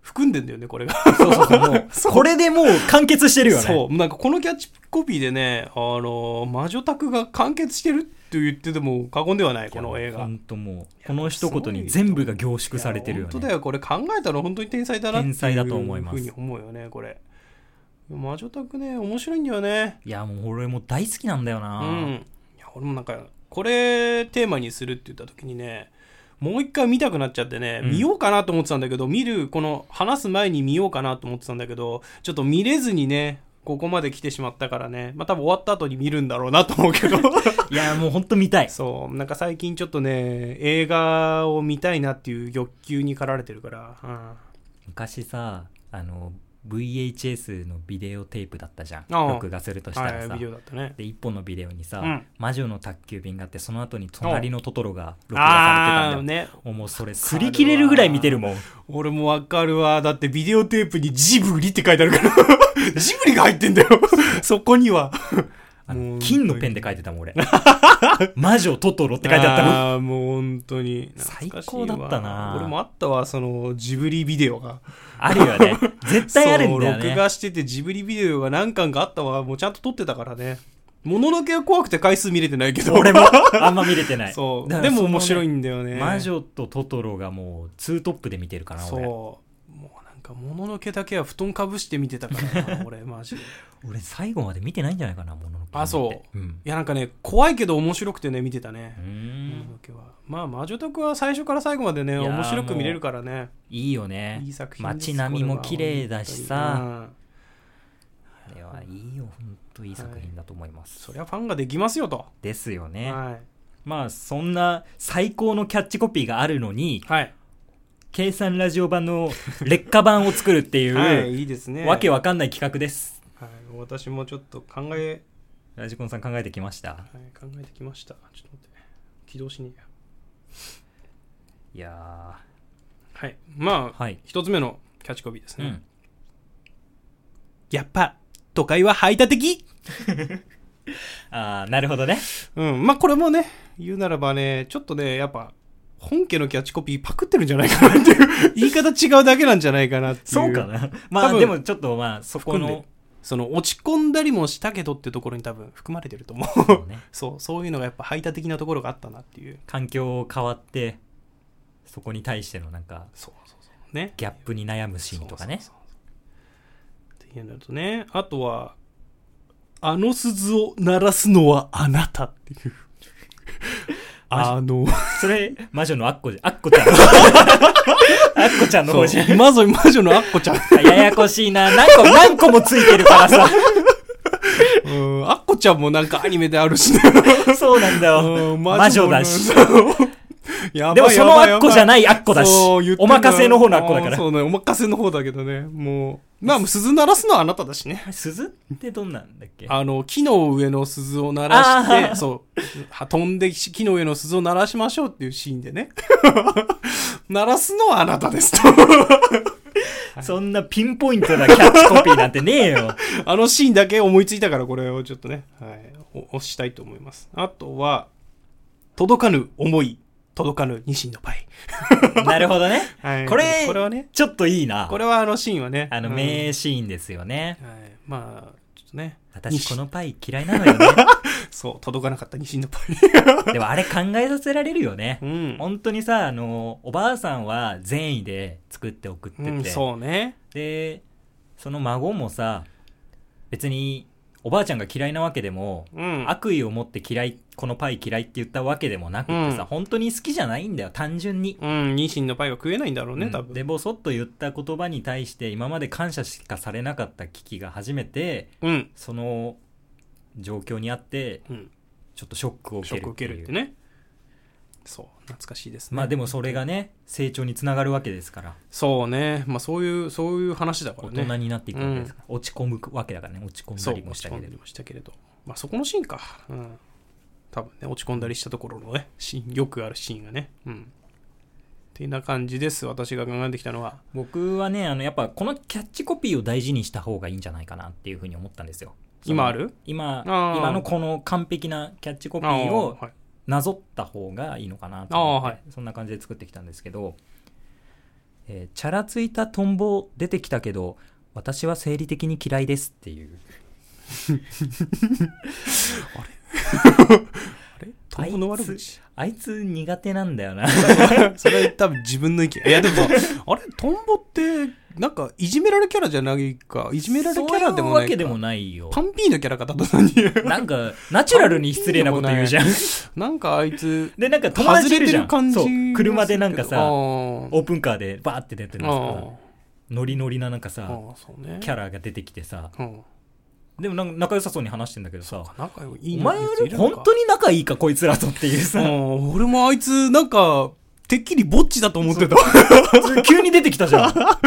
[SPEAKER 2] 含んでんだよねこれが
[SPEAKER 1] そうそう そう。もうこれでもう完結してるよね。
[SPEAKER 2] そうなんかこのキャッチコピーでねあの魔女宅が完結してるって言ってても過言ではないこの映画
[SPEAKER 1] 本当もうこの一言に全部が凝縮されてるよ
[SPEAKER 2] いや本当だ
[SPEAKER 1] ね。
[SPEAKER 2] よこれ考えたら本当に天才だなっていう
[SPEAKER 1] 天才だと思います
[SPEAKER 2] ふうに思うよねこれ魔女宅ね面白いんだよね
[SPEAKER 1] いやもう俺も大好きなんだよ
[SPEAKER 2] う
[SPEAKER 1] な。
[SPEAKER 2] んいや俺もなんかこれテーマにするって言った時にねもう一回見たくなっちゃってね、
[SPEAKER 1] うん
[SPEAKER 2] 見ようかなと思ってたんだけど見るこの話す前に見ようかなと思ってたんだけどちょっと見れずにねここまで来てしまったからねまあ多分終わった後に見るんだろうなと思 うけど
[SPEAKER 1] いやもう本当見 たい。
[SPEAKER 2] そうなんか最近ちょっとね映画を見たいなっていう欲求に駆られてるから、うん、
[SPEAKER 1] 昔さあの VHS のビデオテープだったじゃん。
[SPEAKER 2] ああ
[SPEAKER 1] 録画するとしたら
[SPEAKER 2] はい
[SPEAKER 1] さ
[SPEAKER 2] ビデ。オだったね
[SPEAKER 1] で一本のビデオにさ、
[SPEAKER 2] うん
[SPEAKER 1] 魔女の宅急便があってその後に隣のトトロが録画されて
[SPEAKER 2] あ
[SPEAKER 1] た
[SPEAKER 2] あ
[SPEAKER 1] んだよ。
[SPEAKER 2] ね
[SPEAKER 1] もうそれ擦り切れるぐらい見てるもん。
[SPEAKER 2] 俺もわかるわだってビデオテープにジブリって書いてあるから ジブリが入ってん だよそこには
[SPEAKER 1] あ
[SPEAKER 2] も
[SPEAKER 1] の
[SPEAKER 2] う
[SPEAKER 1] 金のペンで書いてたもん俺 魔女トトロって書いてあったもん
[SPEAKER 2] あーもう本当に懐かしいわ
[SPEAKER 1] 最高だったな
[SPEAKER 2] 俺もあったわそのジブリビデオが
[SPEAKER 1] あるよね絶対あるんだよ
[SPEAKER 2] そう録
[SPEAKER 1] ね
[SPEAKER 2] 画しててジブリビデオが何巻かあったわもうちゃんと撮ってたからねもののけは怖くて回数見れてないけど
[SPEAKER 1] 俺もあんま見れてない
[SPEAKER 2] そう
[SPEAKER 1] だか
[SPEAKER 2] で
[SPEAKER 1] らその
[SPEAKER 2] も
[SPEAKER 1] ね
[SPEAKER 2] 面白いんだよね
[SPEAKER 1] 魔女とトトロがもうツートップで見てるから
[SPEAKER 2] そう
[SPEAKER 1] 俺
[SPEAKER 2] もうなんかもののけだけは布団かぶして見てたから な俺マジで
[SPEAKER 1] 俺最後まで見てないんじゃないかなもののけ
[SPEAKER 2] あそう
[SPEAKER 1] うん
[SPEAKER 2] いやなんかね怖いけど面白くてね見てた
[SPEAKER 1] うー
[SPEAKER 2] ね、もの
[SPEAKER 1] ん
[SPEAKER 2] のけはまあ魔女宅は最初から最後までね
[SPEAKER 1] いやー
[SPEAKER 2] 面白く見れるからね
[SPEAKER 1] いいよね
[SPEAKER 2] いい作品です
[SPEAKER 1] 街並みも綺麗だしさ、
[SPEAKER 2] これは
[SPEAKER 1] あれは
[SPEAKER 2] 本当にうん
[SPEAKER 1] いいよ本当いい作品だと思います、
[SPEAKER 2] そりゃファンができますよと
[SPEAKER 1] ですよね、
[SPEAKER 2] は
[SPEAKER 1] まあそんな最高のキャッチコピーがあるのに
[SPEAKER 2] い、はい
[SPEAKER 1] 計算ラジオ版の劣化版を作るっていう、
[SPEAKER 2] はい、いいですね
[SPEAKER 1] わけわかんない企画です。
[SPEAKER 2] はい、私もちょっと考え、
[SPEAKER 1] ラジコンさん考えてきました。
[SPEAKER 2] はい、考えてきましたちょっと待って起動しねえや
[SPEAKER 1] いや
[SPEAKER 2] はいま
[SPEAKER 1] ー
[SPEAKER 2] あ
[SPEAKER 1] はい。
[SPEAKER 2] 一つ目のキャッチコピーです
[SPEAKER 1] う
[SPEAKER 2] ね、
[SPEAKER 1] ん。
[SPEAKER 2] やっぱ都会は排他的
[SPEAKER 1] ああ、なるほどね。
[SPEAKER 2] うん、まあこれもね、言うならばね、ちょっとね、やっぱ、本家のキャッチコピーパクってるんじゃないかなって いう、言い方違うだけなんじゃないかなっていう。
[SPEAKER 1] そうかな。ま
[SPEAKER 2] 多
[SPEAKER 1] あ
[SPEAKER 2] 分
[SPEAKER 1] でもちょっとまあそこ
[SPEAKER 2] 含んで
[SPEAKER 1] の、
[SPEAKER 2] その落ち込んだりもしたけどってところに多分含まれてると思。
[SPEAKER 1] そううね
[SPEAKER 2] そう、そういうのがやっぱ排他的なところがあったなっていう。
[SPEAKER 1] 環境変わって、そこに対してのなんか、
[SPEAKER 2] そうそうそう。ね。
[SPEAKER 1] ギャップに悩むシーンとかね。
[SPEAKER 2] そうそうそうっていうのとね、あとは、 あの鈴を鳴らすのはあなたっていう。あの、
[SPEAKER 1] それ、魔女のアッコじゃん。アッコちゃん。アッコちゃんの
[SPEAKER 2] そ
[SPEAKER 1] 方
[SPEAKER 2] う
[SPEAKER 1] じゃん。
[SPEAKER 2] 魔女、魔女のアッコちゃん。
[SPEAKER 1] ややこしいな。何個、何個もついてるからさ。
[SPEAKER 2] うん、アッコちゃんもなんかアニメであるしね。
[SPEAKER 1] そうなんだよ。
[SPEAKER 2] うん
[SPEAKER 1] 魔女だし。
[SPEAKER 2] そう やばい
[SPEAKER 1] でもそのアッコじゃ
[SPEAKER 2] い
[SPEAKER 1] ないアッコだし
[SPEAKER 2] そう言っ。て
[SPEAKER 1] お
[SPEAKER 2] んだよ
[SPEAKER 1] 任せの方のアッコだか
[SPEAKER 2] あー
[SPEAKER 1] ら。
[SPEAKER 2] そうね、お任せの方だけどね。もう、まあ、鈴鳴らすのはあなただしね。
[SPEAKER 1] 鈴ってどんなんだっけ
[SPEAKER 2] あの、木の上の鈴を鳴らし
[SPEAKER 1] あー
[SPEAKER 2] て、そう、は飛んでき木の上の鈴を鳴らしましょうっていうシーンでね。 鳴らすのはあなたですと。
[SPEAKER 1] そんなピンポイントなキ ャッチコピーなんてねえ よ。
[SPEAKER 2] あのシーンだけ思いついたからこれをちょっとね、はい、お押したいと思います。あとは、届かぬ思い、届かぬニシンのパイ。
[SPEAKER 1] なるほどね。
[SPEAKER 2] はい、
[SPEAKER 1] これ
[SPEAKER 2] これはね、
[SPEAKER 1] ちょっといいな
[SPEAKER 2] こ。れはあのシーンはね。
[SPEAKER 1] あの、
[SPEAKER 2] うん
[SPEAKER 1] 名シーンですよね。
[SPEAKER 2] はい、まあ、ちょっとね。
[SPEAKER 1] 私こ
[SPEAKER 2] の。
[SPEAKER 1] のパイ嫌いなのよ ね。
[SPEAKER 2] そう、届かなかった西のパ イ。
[SPEAKER 1] でもあれ考えさせられるよね
[SPEAKER 2] う。ん。
[SPEAKER 1] 本当にさ、あの、おばあさんは善意で作って送って
[SPEAKER 2] う
[SPEAKER 1] て
[SPEAKER 2] ん、。そうね。
[SPEAKER 1] でその孫もさ別におばあちゃんが嫌いなわけでも、
[SPEAKER 2] うん。
[SPEAKER 1] 悪意を持って嫌いこのパイ嫌いって言ったわけでもなくってさ、
[SPEAKER 2] うん
[SPEAKER 1] 本当に好きじゃないんだよ単純に。
[SPEAKER 2] うん、ニシンのパイは食えないんだろうね、多
[SPEAKER 1] う
[SPEAKER 2] 分。
[SPEAKER 1] んでぼそっと言った言葉に対して今まで感謝しかされなかった危機が初めて
[SPEAKER 2] うん。
[SPEAKER 1] その状況にあって
[SPEAKER 2] うん。
[SPEAKER 1] ちょっとショックを受
[SPEAKER 2] ショ
[SPEAKER 1] け
[SPEAKER 2] ック
[SPEAKER 1] る
[SPEAKER 2] を受け
[SPEAKER 1] ってい
[SPEAKER 2] る
[SPEAKER 1] う
[SPEAKER 2] ってね。そう、懐かしいですね。
[SPEAKER 1] まあでもそれがね成長につながるわけですから
[SPEAKER 2] そうね。まあそういう、そういう話だから
[SPEAKER 1] 大
[SPEAKER 2] ね。
[SPEAKER 1] 人になっていくわけですから、落ち込むわけだからね落ち込ん
[SPEAKER 2] そ
[SPEAKER 1] だ
[SPEAKER 2] う、
[SPEAKER 1] りも
[SPEAKER 2] 落
[SPEAKER 1] し
[SPEAKER 2] ち
[SPEAKER 1] た
[SPEAKER 2] 込
[SPEAKER 1] け
[SPEAKER 2] んだ
[SPEAKER 1] れ
[SPEAKER 2] り
[SPEAKER 1] ど
[SPEAKER 2] もしたけれど。まあそこのシーンか。うん。多分ね、落ち込んだりしたところのね、シーン、よくあるシーンがね。うん。ってな感じです。私が考えてきたのは。
[SPEAKER 1] 僕はねあのやっぱこのキャッチコピーを大事にした方がいいんじゃないかなっていうふうに思ったんですよその
[SPEAKER 2] 今ある
[SPEAKER 1] 今
[SPEAKER 2] あー
[SPEAKER 1] 今のこの完璧なキャッチコピ
[SPEAKER 2] あ
[SPEAKER 1] ー
[SPEAKER 2] ー
[SPEAKER 1] を
[SPEAKER 2] はい
[SPEAKER 1] なぞった方がいいのかなと
[SPEAKER 2] ああ
[SPEAKER 1] 思って
[SPEAKER 2] はい
[SPEAKER 1] そんな感じで作ってきたんですけど、えーチャラついたトンボ出てきたけど私は生理的に嫌いです」っていう
[SPEAKER 2] トンボの悪口。
[SPEAKER 1] あいつ苦手なんだよな
[SPEAKER 2] それ多分自分の意見。いやでもさ、 あれ、トンボって、なんか、いじめられキャラじゃないか。いじめられキャラで
[SPEAKER 1] そうい
[SPEAKER 2] も
[SPEAKER 1] う
[SPEAKER 2] な
[SPEAKER 1] わ
[SPEAKER 2] い
[SPEAKER 1] けで
[SPEAKER 2] か。
[SPEAKER 1] もないよ
[SPEAKER 2] パンピーのキャラか、ただ何
[SPEAKER 1] なんかナチュラルに失礼なこと言うじゃん
[SPEAKER 2] なんかあいつ、
[SPEAKER 1] でなんか友
[SPEAKER 2] 外
[SPEAKER 1] 達い
[SPEAKER 2] れ
[SPEAKER 1] る
[SPEAKER 2] て
[SPEAKER 1] じゃ
[SPEAKER 2] る
[SPEAKER 1] ん
[SPEAKER 2] 感じ
[SPEAKER 1] そ
[SPEAKER 2] が
[SPEAKER 1] う
[SPEAKER 2] するけど。
[SPEAKER 1] 車でなんか
[SPEAKER 2] あ
[SPEAKER 1] さ
[SPEAKER 2] ー
[SPEAKER 1] オープンカーでバーって出てるん
[SPEAKER 2] あ
[SPEAKER 1] ですけど
[SPEAKER 2] ー
[SPEAKER 1] ノリノリななんか
[SPEAKER 2] あ
[SPEAKER 1] さ
[SPEAKER 2] ー、そうね。
[SPEAKER 1] キャラが出てきてさ
[SPEAKER 2] うん。
[SPEAKER 1] でもなんか仲良さそうに話してんだけどさ
[SPEAKER 2] 仲良い
[SPEAKER 1] お
[SPEAKER 2] い
[SPEAKER 1] 前
[SPEAKER 2] やついるのか
[SPEAKER 1] 本当に仲いいかこいつらとっていうさ
[SPEAKER 2] うん俺もあいつ、なんか、てっきりぼっちだと思 ってた。
[SPEAKER 1] 急に出てきたじゃんだか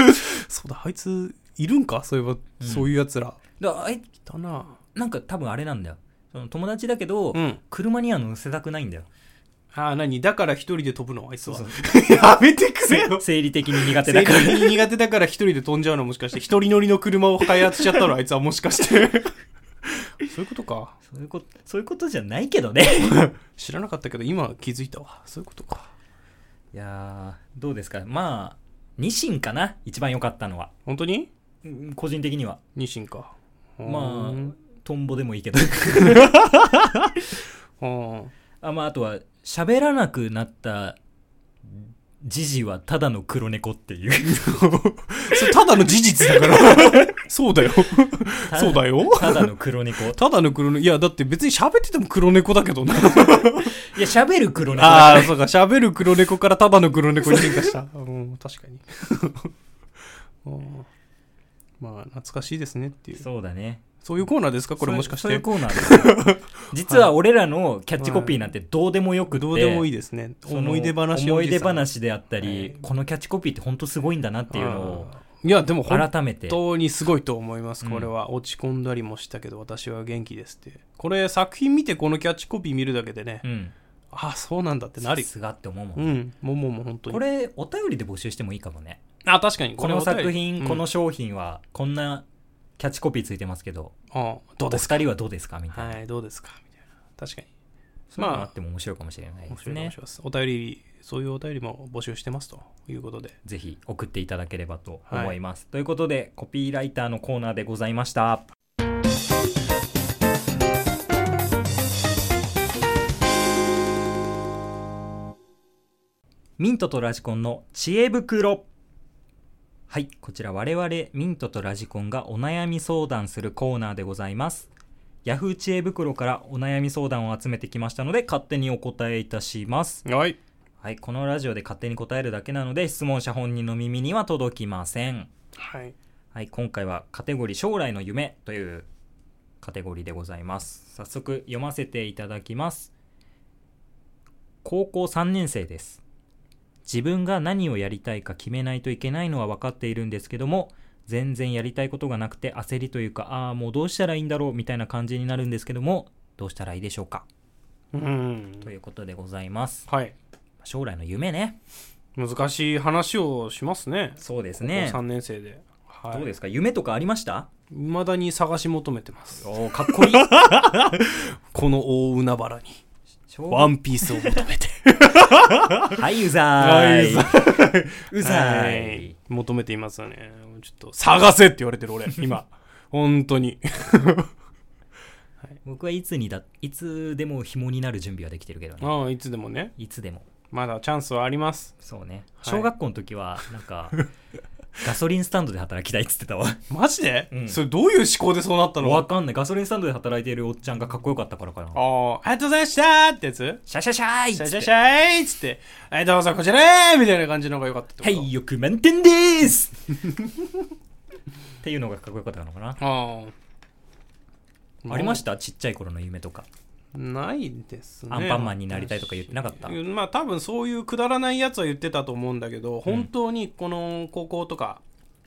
[SPEAKER 2] そうだ、あいつ、いるんかそういえば、
[SPEAKER 1] ん
[SPEAKER 2] そういうやつら。
[SPEAKER 1] らあい
[SPEAKER 2] いたな
[SPEAKER 1] なんか多分あれなんだよその友達だけど
[SPEAKER 2] うん。
[SPEAKER 1] 車には乗せたくないんだよ
[SPEAKER 2] ああ、何だから一人で飛ぶのあいつは
[SPEAKER 1] そう。
[SPEAKER 2] やめてくれよ。
[SPEAKER 1] 生理的に苦手だ
[SPEAKER 2] 正
[SPEAKER 1] から
[SPEAKER 2] 解に苦手だから一人で飛んじゃうのもしかして、一人乗りの車を開発しちゃ ったのあいつはもしかして。 そういうことか。
[SPEAKER 1] そういうことそういうことじゃないけどね
[SPEAKER 2] 知らなかったけど、今気づいたわ。そういうことか。
[SPEAKER 1] いやーどうですかまあニシンかな一番良かったのは
[SPEAKER 2] 本当に
[SPEAKER 1] うん個人的には
[SPEAKER 2] ニシンか。
[SPEAKER 1] ま
[SPEAKER 2] う
[SPEAKER 1] あ
[SPEAKER 2] ん
[SPEAKER 1] トンボでもいいけど
[SPEAKER 2] うん。
[SPEAKER 1] あ,、まあ、あとは喋らなくなったジジはただの黒猫って いう
[SPEAKER 2] それただの事実 だから。そうだよ。そうだよ。
[SPEAKER 1] ただの黒猫いや
[SPEAKER 2] ただの黒猫。いや、だって別に喋ってても黒猫だけどな。
[SPEAKER 1] 喋る黒猫だ
[SPEAKER 2] あ
[SPEAKER 1] か
[SPEAKER 2] あ、そうか。喋る黒猫からただの黒猫に変 化した。うん、確かに。 うんまあ、懐かしいですねってい
[SPEAKER 1] ら
[SPEAKER 2] う。
[SPEAKER 1] そうだね
[SPEAKER 2] そういうコーナーですかこれもしかし
[SPEAKER 1] そういう
[SPEAKER 2] て。
[SPEAKER 1] コーナー です実は俺らのキャッチコピーなんてどうでもよくって
[SPEAKER 2] どうでもいいですね。
[SPEAKER 1] その
[SPEAKER 2] 思い出話
[SPEAKER 1] 思
[SPEAKER 2] お
[SPEAKER 1] い
[SPEAKER 2] じさん
[SPEAKER 1] 出話であったり、
[SPEAKER 2] はい
[SPEAKER 1] このキャッチコピーって本当すごいんだなっていうのを
[SPEAKER 2] うんいや、でも本
[SPEAKER 1] 改めて
[SPEAKER 2] 当にすごいと思います。
[SPEAKER 1] うん
[SPEAKER 2] これは。落ち込んだりもしたけど、私は元気ですって。これ、作品見てこのキャッチコピー見るだけでね
[SPEAKER 1] う。ん
[SPEAKER 2] ああ、そうなんだってな
[SPEAKER 1] さ
[SPEAKER 2] るよ。
[SPEAKER 1] すがって思うもん、
[SPEAKER 2] うん。もうもうもう本当に。
[SPEAKER 1] これお便りで募集してもいいかもね
[SPEAKER 2] あ、確かに。
[SPEAKER 1] この作品、こ、
[SPEAKER 2] お
[SPEAKER 1] の
[SPEAKER 2] 便
[SPEAKER 1] 商品はこんなキャッチコピーついてますけど
[SPEAKER 2] りうんああどうですか
[SPEAKER 1] お二人はどうですかみたいな、
[SPEAKER 2] はい、どうですかみたいな。確かに。
[SPEAKER 1] そういうの
[SPEAKER 2] まあ
[SPEAKER 1] あっても面白いかもしれないで
[SPEAKER 2] 面
[SPEAKER 1] す
[SPEAKER 2] 白いか
[SPEAKER 1] ね
[SPEAKER 2] もし。れませんお便り、そういうお便りも募集してますということで。
[SPEAKER 1] ぜひ送っていただければと思います。ということで、コピーライターのコーナーでございました。ミントとラジコンの知恵袋。はい、こちら我々ミントとラジコンがお悩み相談するコーナーでございます。ヤフー知恵袋からお悩み相談を集めてきましたので勝手にお答えいたします
[SPEAKER 2] はい
[SPEAKER 1] はいこのラジオで勝手に答えるだけなので質問者本人の耳には届きません
[SPEAKER 2] はい
[SPEAKER 1] はい今回はカテゴリー将来の夢というカテゴリーでございます早速読ませていただきます高校3年生です自分が何をやりたいか決めないといけないのは分かっているんですけども全然やりたいことがなくて焦りというかああもうどうしたらいいんだろうみたいな感じになるんですけどもどうしたらいいでしょうか
[SPEAKER 2] うん
[SPEAKER 1] ということでございます
[SPEAKER 2] はい
[SPEAKER 1] 将来の夢ね
[SPEAKER 2] 難しい話をしますね
[SPEAKER 1] そうですね
[SPEAKER 2] 3年生ではい
[SPEAKER 1] どうですか夢とかありました
[SPEAKER 2] 未だに探し求めてます
[SPEAKER 1] おーかっこ いい
[SPEAKER 2] この大海原に
[SPEAKER 1] 将
[SPEAKER 2] ワンピースを求め て
[SPEAKER 1] はい、うざーい。
[SPEAKER 2] は
[SPEAKER 1] うざ
[SPEAKER 2] は
[SPEAKER 1] ーい。
[SPEAKER 2] 求めていますよねちょっと探せって言われてる俺 今本当に
[SPEAKER 1] 僕はいつにだ、いつでも紐になる準備はできてるけどね。
[SPEAKER 2] ああいつでもね
[SPEAKER 1] いつでも。
[SPEAKER 2] まだチャンスはあります
[SPEAKER 1] そうね。
[SPEAKER 2] い
[SPEAKER 1] 小学校の時は、なん か、ガソリンスタンドで働きたいっつってたわ。
[SPEAKER 2] マジで、
[SPEAKER 1] うん
[SPEAKER 2] それどういう思考でそうなったの
[SPEAKER 1] わかんない。ガソリンスタンドで働いているおっちゃんがかっこよかったからかな。
[SPEAKER 2] ああ、ありがとうございましたってやつ
[SPEAKER 1] シャシャシャーイ
[SPEAKER 2] シャシャ
[SPEAKER 1] っつっ
[SPEAKER 2] シ
[SPEAKER 1] て
[SPEAKER 2] ャーいっつって、はい、どうぞこちらへみたいな感じの方が良かったってこ
[SPEAKER 1] は
[SPEAKER 2] と
[SPEAKER 1] い、よく満点でー すっていうのがかっこよかったのかな。
[SPEAKER 2] ああ。
[SPEAKER 1] ありましたたちっちゃい頃の夢とか。
[SPEAKER 2] ないですね。
[SPEAKER 1] アンパンマンになりたいとか言ってなかった
[SPEAKER 2] うんまあ多分そういうくだらないやつは言ってたと思うんだけど、本当にこの高校とか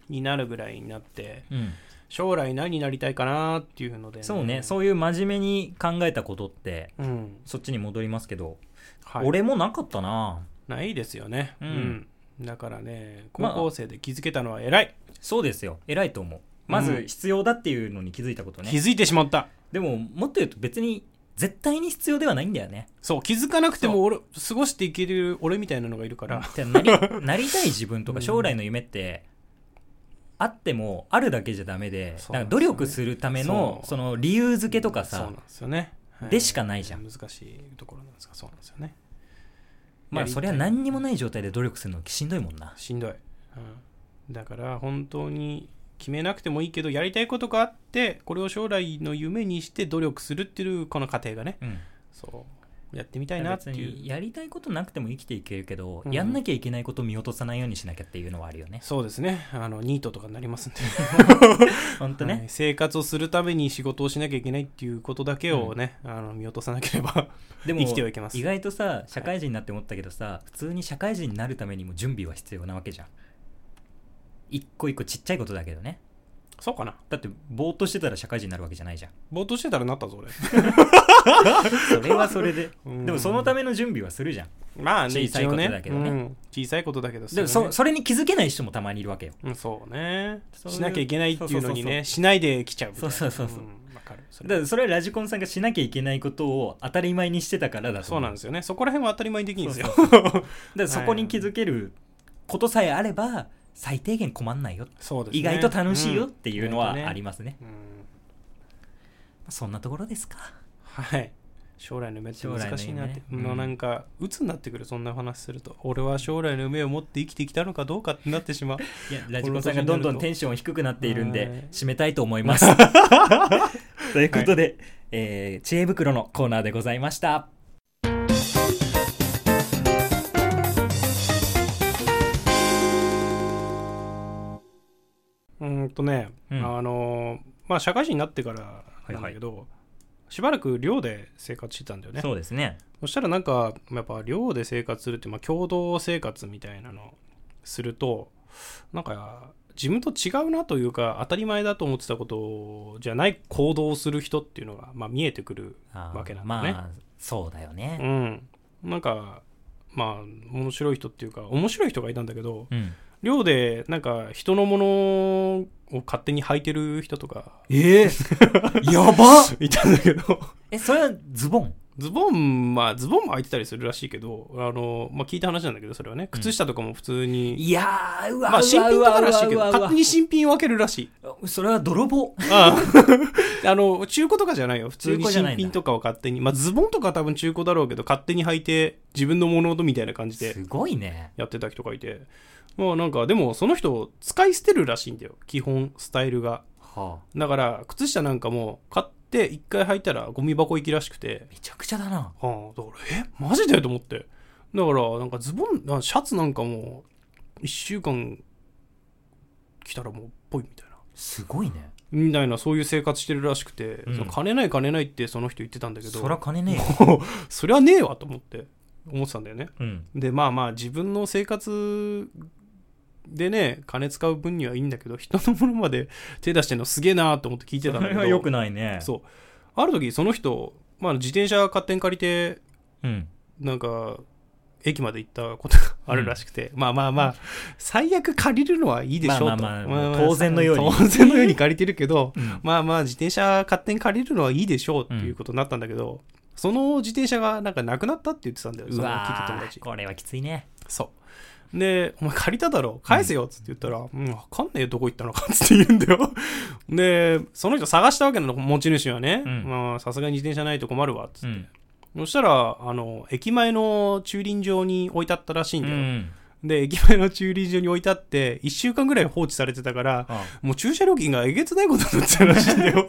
[SPEAKER 2] になるぐらいになって、
[SPEAKER 1] うん。
[SPEAKER 2] 将来何になりたいかなっていうので、
[SPEAKER 1] そうね。そういう真面目に考えたことって、
[SPEAKER 2] う。うん。
[SPEAKER 1] そっちに戻りますけど、
[SPEAKER 2] はい、
[SPEAKER 1] 俺もなかったな
[SPEAKER 2] ないですよね。
[SPEAKER 1] う
[SPEAKER 2] うんん。だからね、
[SPEAKER 1] まあ
[SPEAKER 2] 高校生で気づけたのは偉い。
[SPEAKER 1] そうですよ偉いと思うま
[SPEAKER 2] う
[SPEAKER 1] ず
[SPEAKER 2] ん
[SPEAKER 1] 必要だっていうのに気づいたことね、
[SPEAKER 2] 気づいてしまった。
[SPEAKER 1] でももっと言うと別に絶対に必要ではないんだよね
[SPEAKER 2] そう気づかなくても俺過ごしていける俺みたいなのがいるから、
[SPEAKER 1] てかなり なりたい自分と
[SPEAKER 2] う
[SPEAKER 1] か
[SPEAKER 2] ん
[SPEAKER 1] 将来の夢ってあってもあるだけじゃダメで
[SPEAKER 2] そう
[SPEAKER 1] な
[SPEAKER 2] なんんですよ
[SPEAKER 1] か
[SPEAKER 2] ね
[SPEAKER 1] 努力するための
[SPEAKER 2] そう
[SPEAKER 1] その理由付けとか
[SPEAKER 2] そうな
[SPEAKER 1] さ
[SPEAKER 2] んですよね、はい
[SPEAKER 1] でしかないじゃん
[SPEAKER 2] 難しいところなんですがそうなんですよね
[SPEAKER 1] まあ
[SPEAKER 2] やりたい
[SPEAKER 1] それは何にもない状態で努力するのしんどいもんな
[SPEAKER 2] しんどい、うん、だから本当に決めなくてもいいけどやりたいことがあってこれを将来の夢にして努力するっていうこの過程がね
[SPEAKER 1] うん
[SPEAKER 2] そうやってみたいなって
[SPEAKER 1] 別
[SPEAKER 2] い
[SPEAKER 1] に
[SPEAKER 2] う
[SPEAKER 1] やりたいことなくても生きていけるけど、
[SPEAKER 2] うん
[SPEAKER 1] やんなきゃいけないことを見落とさないようにしなきゃっていうのはあるよ ね
[SPEAKER 2] そうですねあのニートとかになりますんで
[SPEAKER 1] 本当
[SPEAKER 2] は
[SPEAKER 1] ね
[SPEAKER 2] い、生活をするために仕事をしなきゃいけないっていうことだけをね、あの見落とさなけ れば
[SPEAKER 1] でも
[SPEAKER 2] 生きてはいけます
[SPEAKER 1] 意外とさ社会人になって思ったけどさ、普通に社会人になるためにも準備は必要なわけじゃん一個一個ちっちゃいことだけどね
[SPEAKER 2] そうかな
[SPEAKER 1] だってぼーっとしてたら社会人になるわけじゃないじゃん
[SPEAKER 2] ぼーっとしてたらなった ぞ俺
[SPEAKER 1] それはそれで
[SPEAKER 2] うん
[SPEAKER 1] でもそのための準備はするじゃん
[SPEAKER 2] まあね、
[SPEAKER 1] 小さいこと
[SPEAKER 2] 一応
[SPEAKER 1] だけどね
[SPEAKER 2] うん小さいことだけど
[SPEAKER 1] でも
[SPEAKER 2] それ
[SPEAKER 1] そ
[SPEAKER 2] ね
[SPEAKER 1] それに気づけない人もたまにいるわけよ
[SPEAKER 2] うんそうね
[SPEAKER 1] そういう
[SPEAKER 2] しなきゃいけないっていうのに
[SPEAKER 1] そうそうそうそ
[SPEAKER 2] ねしないで来ちゃうみたいな
[SPEAKER 1] そうそうそうそうん
[SPEAKER 2] わかるそ
[SPEAKER 1] だか
[SPEAKER 2] れ
[SPEAKER 1] らそれはラジコンさんがしなきゃいけないことを当たり前にしてたからだと
[SPEAKER 2] そうなんですすよねそこら辺は当たり前にできるんですよ
[SPEAKER 1] だからそこに気づけることさえあれば最低限困んないよ、
[SPEAKER 2] そうですね
[SPEAKER 1] 意外と楽しいよっていうのは
[SPEAKER 2] うん
[SPEAKER 1] ありますね
[SPEAKER 2] うん
[SPEAKER 1] そんなところですか
[SPEAKER 2] はい将来の夢って難しいなって
[SPEAKER 1] 将来の夢
[SPEAKER 2] も
[SPEAKER 1] う
[SPEAKER 2] うんなんか鬱になってくるそんな話すると俺は将来の夢を持って生きてきたのかどうかってなってしまう
[SPEAKER 1] いやラジコンさんがどんどんテンション低くなっているん
[SPEAKER 2] はい
[SPEAKER 1] で締めたいと思い ますということで、えー知恵袋のコーナーでございました
[SPEAKER 2] うーんとね、
[SPEAKER 1] うん
[SPEAKER 2] あのまあ社会人になってからなんだけど、しばらく寮で生活してたんだよね
[SPEAKER 1] そうですね
[SPEAKER 2] そしたらなんかやっぱ寮で生活するって、まあ、共同生活みたいなのするとなんか自分と違うなというか当たり前だと思ってたことじゃない行動をする人っていうのが、まあ、見えてくる
[SPEAKER 1] あー
[SPEAKER 2] わけなんだね。
[SPEAKER 1] まあそうだよ
[SPEAKER 2] う
[SPEAKER 1] ね
[SPEAKER 2] ん、なんかまあ面白い人っていうか面白い人がいたんだけど
[SPEAKER 1] うん
[SPEAKER 2] 寮でなんか人のものを勝手に履いてる人とか
[SPEAKER 1] ええ やば
[SPEAKER 2] いたんだけど
[SPEAKER 1] えそれはズボン
[SPEAKER 2] ズボン、まあ、ズボンも開いてたりするらしいけど、あの、まあ、聞いた話なんだけど、それはね、靴下とかも普通に、
[SPEAKER 1] いやーうわ
[SPEAKER 2] まあ、新品とかららしいけど、勝手に新品を開けるらしい。
[SPEAKER 1] それは泥棒
[SPEAKER 2] あ ああの、中古とかじゃないよ。普通
[SPEAKER 1] 中
[SPEAKER 2] に
[SPEAKER 1] 古じゃ
[SPEAKER 2] 新
[SPEAKER 1] ないんだ
[SPEAKER 2] 品とかを勝手に、まあ、ズボンとかは多分中古だろうけど、勝手に履いて、自分のものみたいな感じです
[SPEAKER 1] ごいね
[SPEAKER 2] やってた人がいて、まあ、なんか、でも、その人、使い捨てるらしいんだよ。基本、スタイルが。
[SPEAKER 1] は
[SPEAKER 2] だから、靴下なんかも、買っって一回履いたらゴミ箱行きらしくて
[SPEAKER 1] めちゃくちゃだな
[SPEAKER 2] ああだからえマジでと思ってだからなんかズボンあシャツなんかも1週間着たらもうぽいみたいな
[SPEAKER 1] すごいね
[SPEAKER 2] みたいなそういう生活してるらしくて、
[SPEAKER 1] うん
[SPEAKER 2] その金ない金ないってその人言ってたんだけど
[SPEAKER 1] そら金 ねえよ
[SPEAKER 2] そりゃねえわと思って思ってたんだよね
[SPEAKER 1] うん
[SPEAKER 2] でまあまあ自分の生活でね金使う分にはいいんだけど人のものまで手出してんのすげえなと思って聞いて
[SPEAKER 1] そ
[SPEAKER 2] たんだ
[SPEAKER 1] れ
[SPEAKER 2] けど
[SPEAKER 1] はよくないね
[SPEAKER 2] そうある時その人、まあ、自転車勝手に借りて
[SPEAKER 1] うん
[SPEAKER 2] なんか駅まで行ったことがあるらしくて、まあまあまあ最悪借りるのはいいでしょうと、
[SPEAKER 1] まあまあまあ当然のように
[SPEAKER 2] 当然のように借りてるけど
[SPEAKER 1] うん
[SPEAKER 2] まあまあ自転車勝手に借りるのはいいでしょうっていうことになったんだけど、その自転車がなんかなくなったって言ってたんだよ
[SPEAKER 1] う
[SPEAKER 2] その
[SPEAKER 1] わ
[SPEAKER 2] 聞いてた友
[SPEAKER 1] ー
[SPEAKER 2] 達
[SPEAKER 1] これはきついね
[SPEAKER 2] そう。で、お前借りただろ返せよっつって言ったら、うん、わかんねえよどこ行ったのかっつって言うんだ よ。で、その人探したわけなの、持ち主はね。
[SPEAKER 1] うん
[SPEAKER 2] まあ、さすがに自転車ないと困るわっつって、
[SPEAKER 1] うん
[SPEAKER 2] そしたら、あの、駅前の駐輪場に置いてあったらしいん
[SPEAKER 1] う
[SPEAKER 2] だよ。
[SPEAKER 1] ん
[SPEAKER 2] で、駅前の駐輪場に置いてあって、1週間ぐらい放置されてたから、
[SPEAKER 1] あ
[SPEAKER 2] もう駐車料金がえげつないことになってたらしいんだ よ。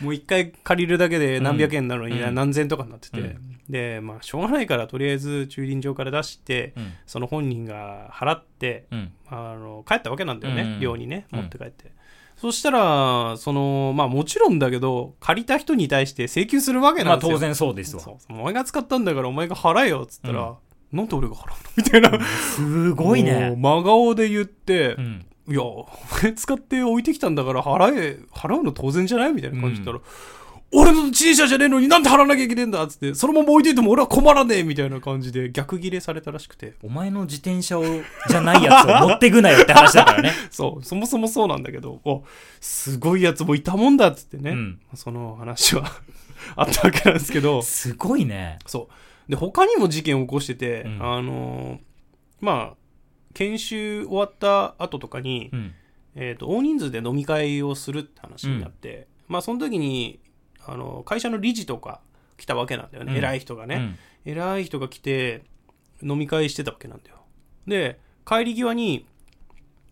[SPEAKER 2] もう一回借りるだけで何百円なのに、
[SPEAKER 1] うん
[SPEAKER 2] 何千とかになってて、
[SPEAKER 1] うん
[SPEAKER 2] で、まあ、しょうがないから、とりあえず駐輪場から出して、
[SPEAKER 1] うん
[SPEAKER 2] その本人が払って、
[SPEAKER 1] うん
[SPEAKER 2] あの帰ったわけなんだよね、
[SPEAKER 1] うん
[SPEAKER 2] 寮にね、
[SPEAKER 1] うん
[SPEAKER 2] 持って帰って。そしたら、その、まあもちろんだけど、借りた人に対して請求するわけ
[SPEAKER 1] ま
[SPEAKER 2] な
[SPEAKER 1] あ
[SPEAKER 2] んですよ。
[SPEAKER 1] 当然そうですわ
[SPEAKER 2] そうそうお前が使ったんだからお前が払えよっつったら、なんで俺が払うの みたい な。
[SPEAKER 1] すごい
[SPEAKER 2] もう
[SPEAKER 1] ね
[SPEAKER 2] 真顔で言って、
[SPEAKER 1] うん
[SPEAKER 2] いや、お前使って置いてきたんだから払え、払うの当然じゃないみたいな感じだったら、俺の自転車じゃねえのになんで払わなきゃいけねえんだっつって、そのまま置いていても俺は困らねえみたいな感じで逆ギレされたらしくて。
[SPEAKER 1] お前の自転車をじゃないやつを持ってくなよって話だからね
[SPEAKER 2] そう、そもそもそうなんだけど、お、すごいやつもいたもんだっつって ね、
[SPEAKER 1] うん
[SPEAKER 2] その話は あったわけなんですけど、
[SPEAKER 1] すごいね
[SPEAKER 2] そう。で、他にも事件を起こしてて、
[SPEAKER 1] うん
[SPEAKER 2] あのーまあ、研修終わった後とかに、
[SPEAKER 1] うん
[SPEAKER 2] えっ、と、大人数で飲み会をするって話になって、まあ、その時に、あの、会社の理事とか来たわけなんだよね、
[SPEAKER 1] うん
[SPEAKER 2] 偉い人がね。
[SPEAKER 1] うん
[SPEAKER 2] 偉い人が来て飲み会してたわけなんだよで帰り際に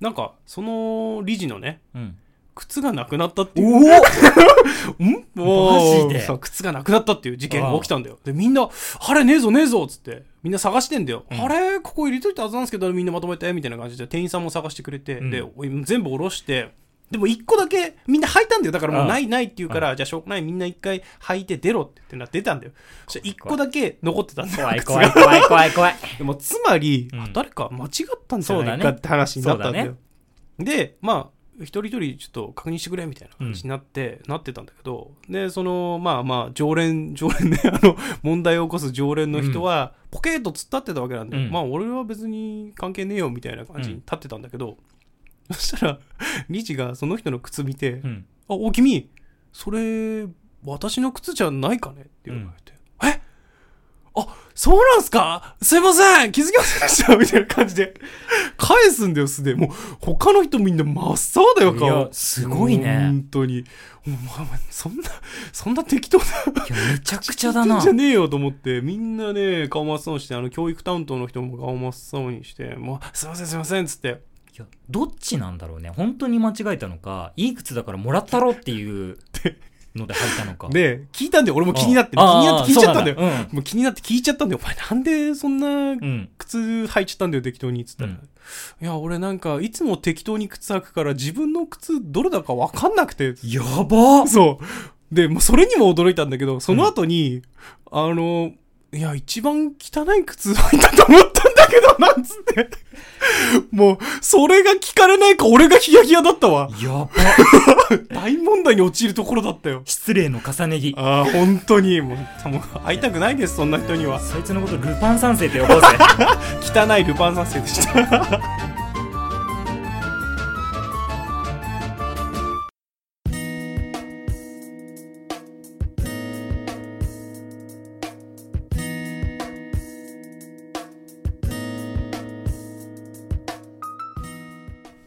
[SPEAKER 2] なんかその理事のね
[SPEAKER 1] うん
[SPEAKER 2] 靴がなくなったって いう
[SPEAKER 1] おお
[SPEAKER 2] んもう
[SPEAKER 1] マジで
[SPEAKER 2] そう靴がなくなったっていう事件が起きたんだよでみんな「あれねえぞねえぞ」っつってみんな探してんだよ、
[SPEAKER 1] うん
[SPEAKER 2] あれここ入れといたはずなんですけどみんなまとめてみたいな感じで店員さんも探してくれて、
[SPEAKER 1] うん
[SPEAKER 2] でおい全部下ろしてでも一個だけみんな履いたんだよだからも
[SPEAKER 1] あ
[SPEAKER 2] う
[SPEAKER 1] あ
[SPEAKER 2] ないないって言うからじゃあしょうがないみんな一回履いて出ろって言ってな出たんだよそしたら一個だけ残ってたんだよ
[SPEAKER 1] 怖い
[SPEAKER 2] 靴
[SPEAKER 1] 怖
[SPEAKER 2] が
[SPEAKER 1] い怖い怖い怖い
[SPEAKER 2] でもつまり、
[SPEAKER 1] うん
[SPEAKER 2] あ誰か間違ったんじゃ
[SPEAKER 1] そう
[SPEAKER 2] な
[SPEAKER 1] だ
[SPEAKER 2] い
[SPEAKER 1] ね
[SPEAKER 2] かって話になったんだよ。
[SPEAKER 1] そう
[SPEAKER 2] でまあ一人一人ちょっと確認してくれみたいな話になって、なってたんだけどでそのまあまあ常連 常連ねあの問題を起こす常連の人は、ポケーと突っ立ってたわけなんで、
[SPEAKER 1] うん
[SPEAKER 2] まあ俺は別に関係ねえよみたいな感じに立ってたんだけど、そしたらリチがその人の靴見て「
[SPEAKER 1] うん
[SPEAKER 2] あお君それ私の靴じゃないかね?」って言われて「えあそうなんすかすいません気づきませんでした」みたいな感じで返すんだよすでにもう他の人みんな真っ青だよ
[SPEAKER 1] い
[SPEAKER 2] 顔
[SPEAKER 1] やすごいね
[SPEAKER 2] 本当にお前お前そんなそんな適当ない
[SPEAKER 1] やめちゃくちゃ だな
[SPEAKER 2] じゃねえよと思ってみんなね顔真っ青にしてあの教育担当の人も顔真っ青にして「もうすいませんすいません」っつって
[SPEAKER 1] いやどっちなんだろうね本当に間違えたのかいい靴だからもらったろっていうので履いたのか
[SPEAKER 2] で聞いたんだよ俺も気になって気
[SPEAKER 1] ああ
[SPEAKER 2] になって聞いちゃったんだよ
[SPEAKER 1] そうなんだ
[SPEAKER 2] もう気になって聞いちゃったんだよ。お前なんでそんな
[SPEAKER 1] うんうん
[SPEAKER 2] 靴履いちゃったんだよ、適当に。つったら。
[SPEAKER 1] うん
[SPEAKER 2] いや、俺なんか、いつも適当に靴履くから自分の靴どれだかわかんなくて。
[SPEAKER 1] やば
[SPEAKER 2] そう。で、もうそれにも驚いたんだけど、その後に、あの、いや、一番汚い靴履いたと思ったんだけど、 なんつって。もう、それが聞かれないか俺がヒヤヒヤだったわ。
[SPEAKER 1] やば
[SPEAKER 2] 大問題に陥るところだったよ。
[SPEAKER 1] 失礼の重ね着
[SPEAKER 2] ああ、本当に。もう、もう会いたくないです、そんな人には。
[SPEAKER 1] そいつのことルパン三世って呼ぼうぜ
[SPEAKER 2] 汚いルパン三世でした。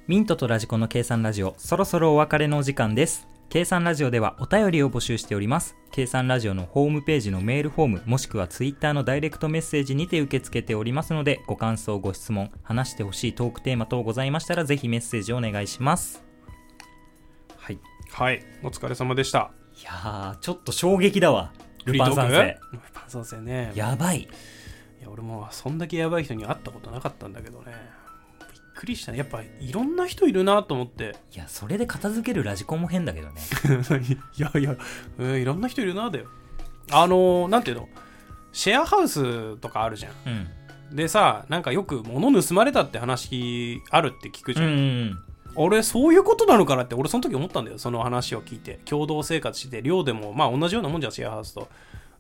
[SPEAKER 1] ミントとラジコの計算ラジオそろそろお別れのお時間です計算ラジオではお便りを募集しております計算ラジオのホームページのメールフォームもしくはツイッターのダイレクトメッセージにて受け付けておりますのでご感想ご質問話してほしいトークテーマ等ございましたらぜひメッセージをお願いしますはい
[SPEAKER 2] はい、お疲れ様でした。
[SPEAKER 1] いやーちょっと衝撃だわルパン三
[SPEAKER 2] フリー
[SPEAKER 1] 世
[SPEAKER 2] トークルパン三世ね
[SPEAKER 1] やばい
[SPEAKER 2] いや俺もそんだけやばい人に会ったことなかったんだけどねびっくりしたねやっぱいろんな人いるなと 思って
[SPEAKER 1] いやそれで片付けるラジコンも変だけどね
[SPEAKER 2] いやいや、えーいろんな人いるなだよあのーなんていうのシェアハウスとかあるじゃ
[SPEAKER 1] うん
[SPEAKER 2] んでさなんかよく物盗まれたって話あるって聞くじ
[SPEAKER 1] う
[SPEAKER 2] ゃ
[SPEAKER 1] ん
[SPEAKER 2] ん、
[SPEAKER 1] うん
[SPEAKER 2] 俺そういうことなのかなって俺その時思ったんだよその話を聞いて共同生活して寮でもまあ同じようなもんじゃんシェアハウスと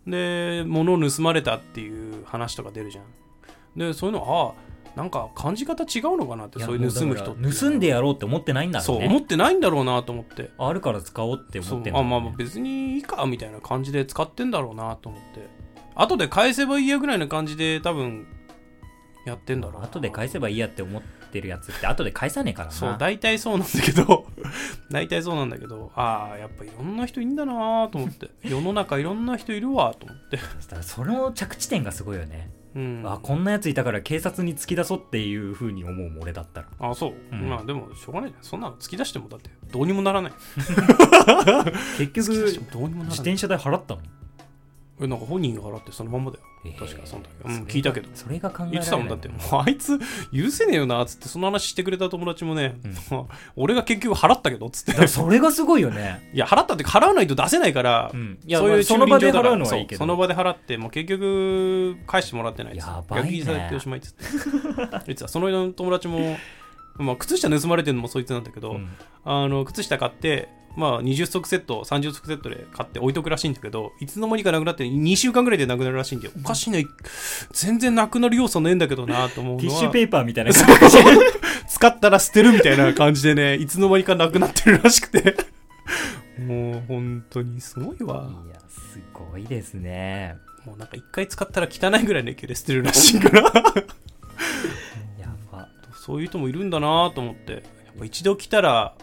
[SPEAKER 2] で物を盗まれたっていう話とか出るじゃんでそういうのああなんか感じ方違うのかなって
[SPEAKER 1] いや
[SPEAKER 2] そういう盗む人
[SPEAKER 1] も
[SPEAKER 2] っ
[SPEAKER 1] う
[SPEAKER 2] て
[SPEAKER 1] だから盗んでやろうって思ってないんだろ
[SPEAKER 2] そうう
[SPEAKER 1] ね
[SPEAKER 2] 思ってないんだろうなと思って
[SPEAKER 1] あるから使おうって思ってんだろ
[SPEAKER 2] そうあ
[SPEAKER 1] うね
[SPEAKER 2] まあまあ別にいいかみたいな感じで使ってんだろうなと思って後で返せばいいやぐらいの感じで多分やってんだろうな
[SPEAKER 1] 後で返せばいいやって思ってるやつって後で返さねえからな
[SPEAKER 2] そう大体そうなんだけど 大体そうなんだけどああやっぱいろんな人いんだなと思って世の中いろんな人いるわと思って、
[SPEAKER 1] だからその着地点がすごいよね、
[SPEAKER 2] うん、
[SPEAKER 1] あこんなやついたから警察に突き出そうっていうふうに思うもん俺だったら
[SPEAKER 2] あそう、
[SPEAKER 1] うん
[SPEAKER 2] まあでもしょうがないじゃんそんなの突き出してもだってどうにもならない
[SPEAKER 1] 結
[SPEAKER 2] 突き出
[SPEAKER 1] 局
[SPEAKER 2] してもどうにもな
[SPEAKER 1] 自
[SPEAKER 2] らない
[SPEAKER 1] 転車代払ったの
[SPEAKER 2] えなんか本人が払ってそのまんまだよ確かその時うん聞いたけど
[SPEAKER 1] それが考えられ
[SPEAKER 2] 言
[SPEAKER 1] な
[SPEAKER 2] っ
[SPEAKER 1] い
[SPEAKER 2] てたもんだってもうあいつ許せねえよなっつってその話してくれた友達もね、
[SPEAKER 1] うん
[SPEAKER 2] 俺が結局払ったけどっつっ
[SPEAKER 1] だから
[SPEAKER 2] て
[SPEAKER 1] それがすごいよね、
[SPEAKER 2] いや払ったって払わないと出せないから、
[SPEAKER 1] うん、いや
[SPEAKER 2] そういう
[SPEAKER 1] その場で
[SPEAKER 2] 駐輪場
[SPEAKER 1] 払
[SPEAKER 2] だから
[SPEAKER 1] うのはいいけど
[SPEAKER 2] そうその場で払ってもう結局返してもらってないです
[SPEAKER 1] やばいね
[SPEAKER 2] 逆にされておしまいっつ って言ってたその間の友達も、まあ、靴下盗まれてるのもそいつなんだけど、
[SPEAKER 1] うん
[SPEAKER 2] あの靴下買って、まあ、20足セット30足セットで買って置いとくらしいんだけどいつの間にかなくなって2週間ぐらいでなくなるらしいんだよおかしいな全然なくなる要素ねえんだけどなと思うのは
[SPEAKER 1] ティッシュペーパーみたいな
[SPEAKER 2] そう使ったら捨てるみたいな感じでねいつの間にかなくなってるらしくて もう本当にすごいわ
[SPEAKER 1] いやすごいですね
[SPEAKER 2] もうなんか一回使ったら汚いぐらいの勢いで捨てるらしいから
[SPEAKER 1] やば
[SPEAKER 2] そういう人もいるんだなと思ってやっぱ一度来たら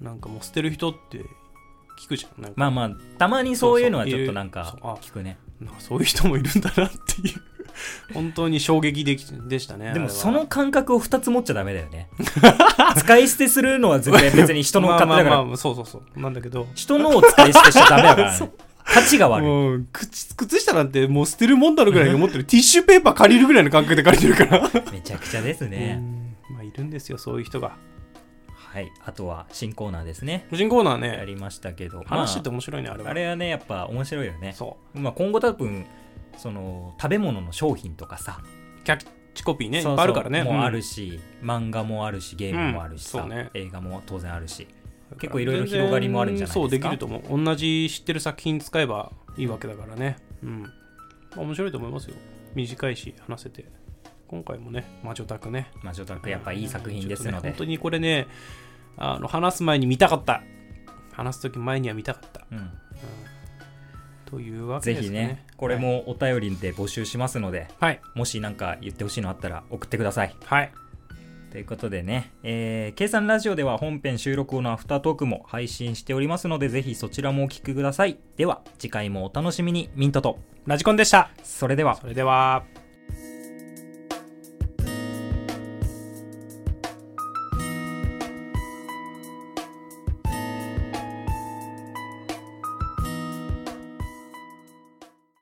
[SPEAKER 2] なんかもう捨てる人って聞くじゃんなんか
[SPEAKER 1] まあまあたまにそういうのはちょっとなん
[SPEAKER 2] そ
[SPEAKER 1] か
[SPEAKER 2] うそういる
[SPEAKER 1] 聞くね
[SPEAKER 2] なんかそういう人もいるんだなっていう 本当に衝撃できでしたね
[SPEAKER 1] で
[SPEAKER 2] あ
[SPEAKER 1] も
[SPEAKER 2] れは
[SPEAKER 1] その感覚を2つ持っちゃダメだよね使い捨てするのは絶 対別に人の勝手だか
[SPEAKER 2] まあま
[SPEAKER 1] ら
[SPEAKER 2] あまあそうそうそうなんだけど
[SPEAKER 1] 人のを使い捨てしちゃダメだから
[SPEAKER 2] そ
[SPEAKER 1] ね価値が悪い
[SPEAKER 2] もう靴靴下なんてもう捨てるもんだろぐらいに思って るティッシュペーパー借りるぐらいの感覚で借りてるから
[SPEAKER 1] めちゃくちゃですね、
[SPEAKER 2] うんまあいるんですよそういう人が
[SPEAKER 1] はいあとは新コーナーですね
[SPEAKER 2] 個人コーナー
[SPEAKER 1] や
[SPEAKER 2] ね
[SPEAKER 1] りましたけど
[SPEAKER 2] 話してて
[SPEAKER 1] ま
[SPEAKER 2] 面白いねあれ
[SPEAKER 1] あ、
[SPEAKER 2] は
[SPEAKER 1] あれはねやっぱ面白いよね
[SPEAKER 2] そ
[SPEAKER 1] まあ、今後多分その食べ物の商品とかさ、
[SPEAKER 2] うキャッチコピーねいっ
[SPEAKER 1] そう
[SPEAKER 2] ぱ
[SPEAKER 1] そう
[SPEAKER 2] いあるからね
[SPEAKER 1] もうある
[SPEAKER 2] し
[SPEAKER 1] し、漫画もあるしゲームもあるしさ、
[SPEAKER 2] うんそうね
[SPEAKER 1] 映画も当然あるし結構いろいろ広がりもあるんじゃないですか
[SPEAKER 2] そうできると思う同じ知ってる作品使えばいいわけだからねうん、まあ、面白いと思いますよ短いし話せて今回もね魔女宅ね
[SPEAKER 1] まあ女宅やっぱいい作品ですの
[SPEAKER 2] ちょっとね
[SPEAKER 1] で
[SPEAKER 2] 本、当にこれねあの話す前に見たかった話す時前には見たかった
[SPEAKER 1] うん、
[SPEAKER 2] というわけ
[SPEAKER 1] ぜ
[SPEAKER 2] です
[SPEAKER 1] ひ
[SPEAKER 2] かね
[SPEAKER 1] ねこれもお便りで募集しますので、
[SPEAKER 2] はい
[SPEAKER 1] もし何か言ってほしいのあったら送ってください
[SPEAKER 2] はい
[SPEAKER 1] ということでね、えー、計算ラジオでは本編収録後のアフタートークも配信しておりますのでぜひそちらもお聞きくださいでは次回もお楽しみにミントと
[SPEAKER 2] ラジコンでした
[SPEAKER 1] それでは
[SPEAKER 2] それでは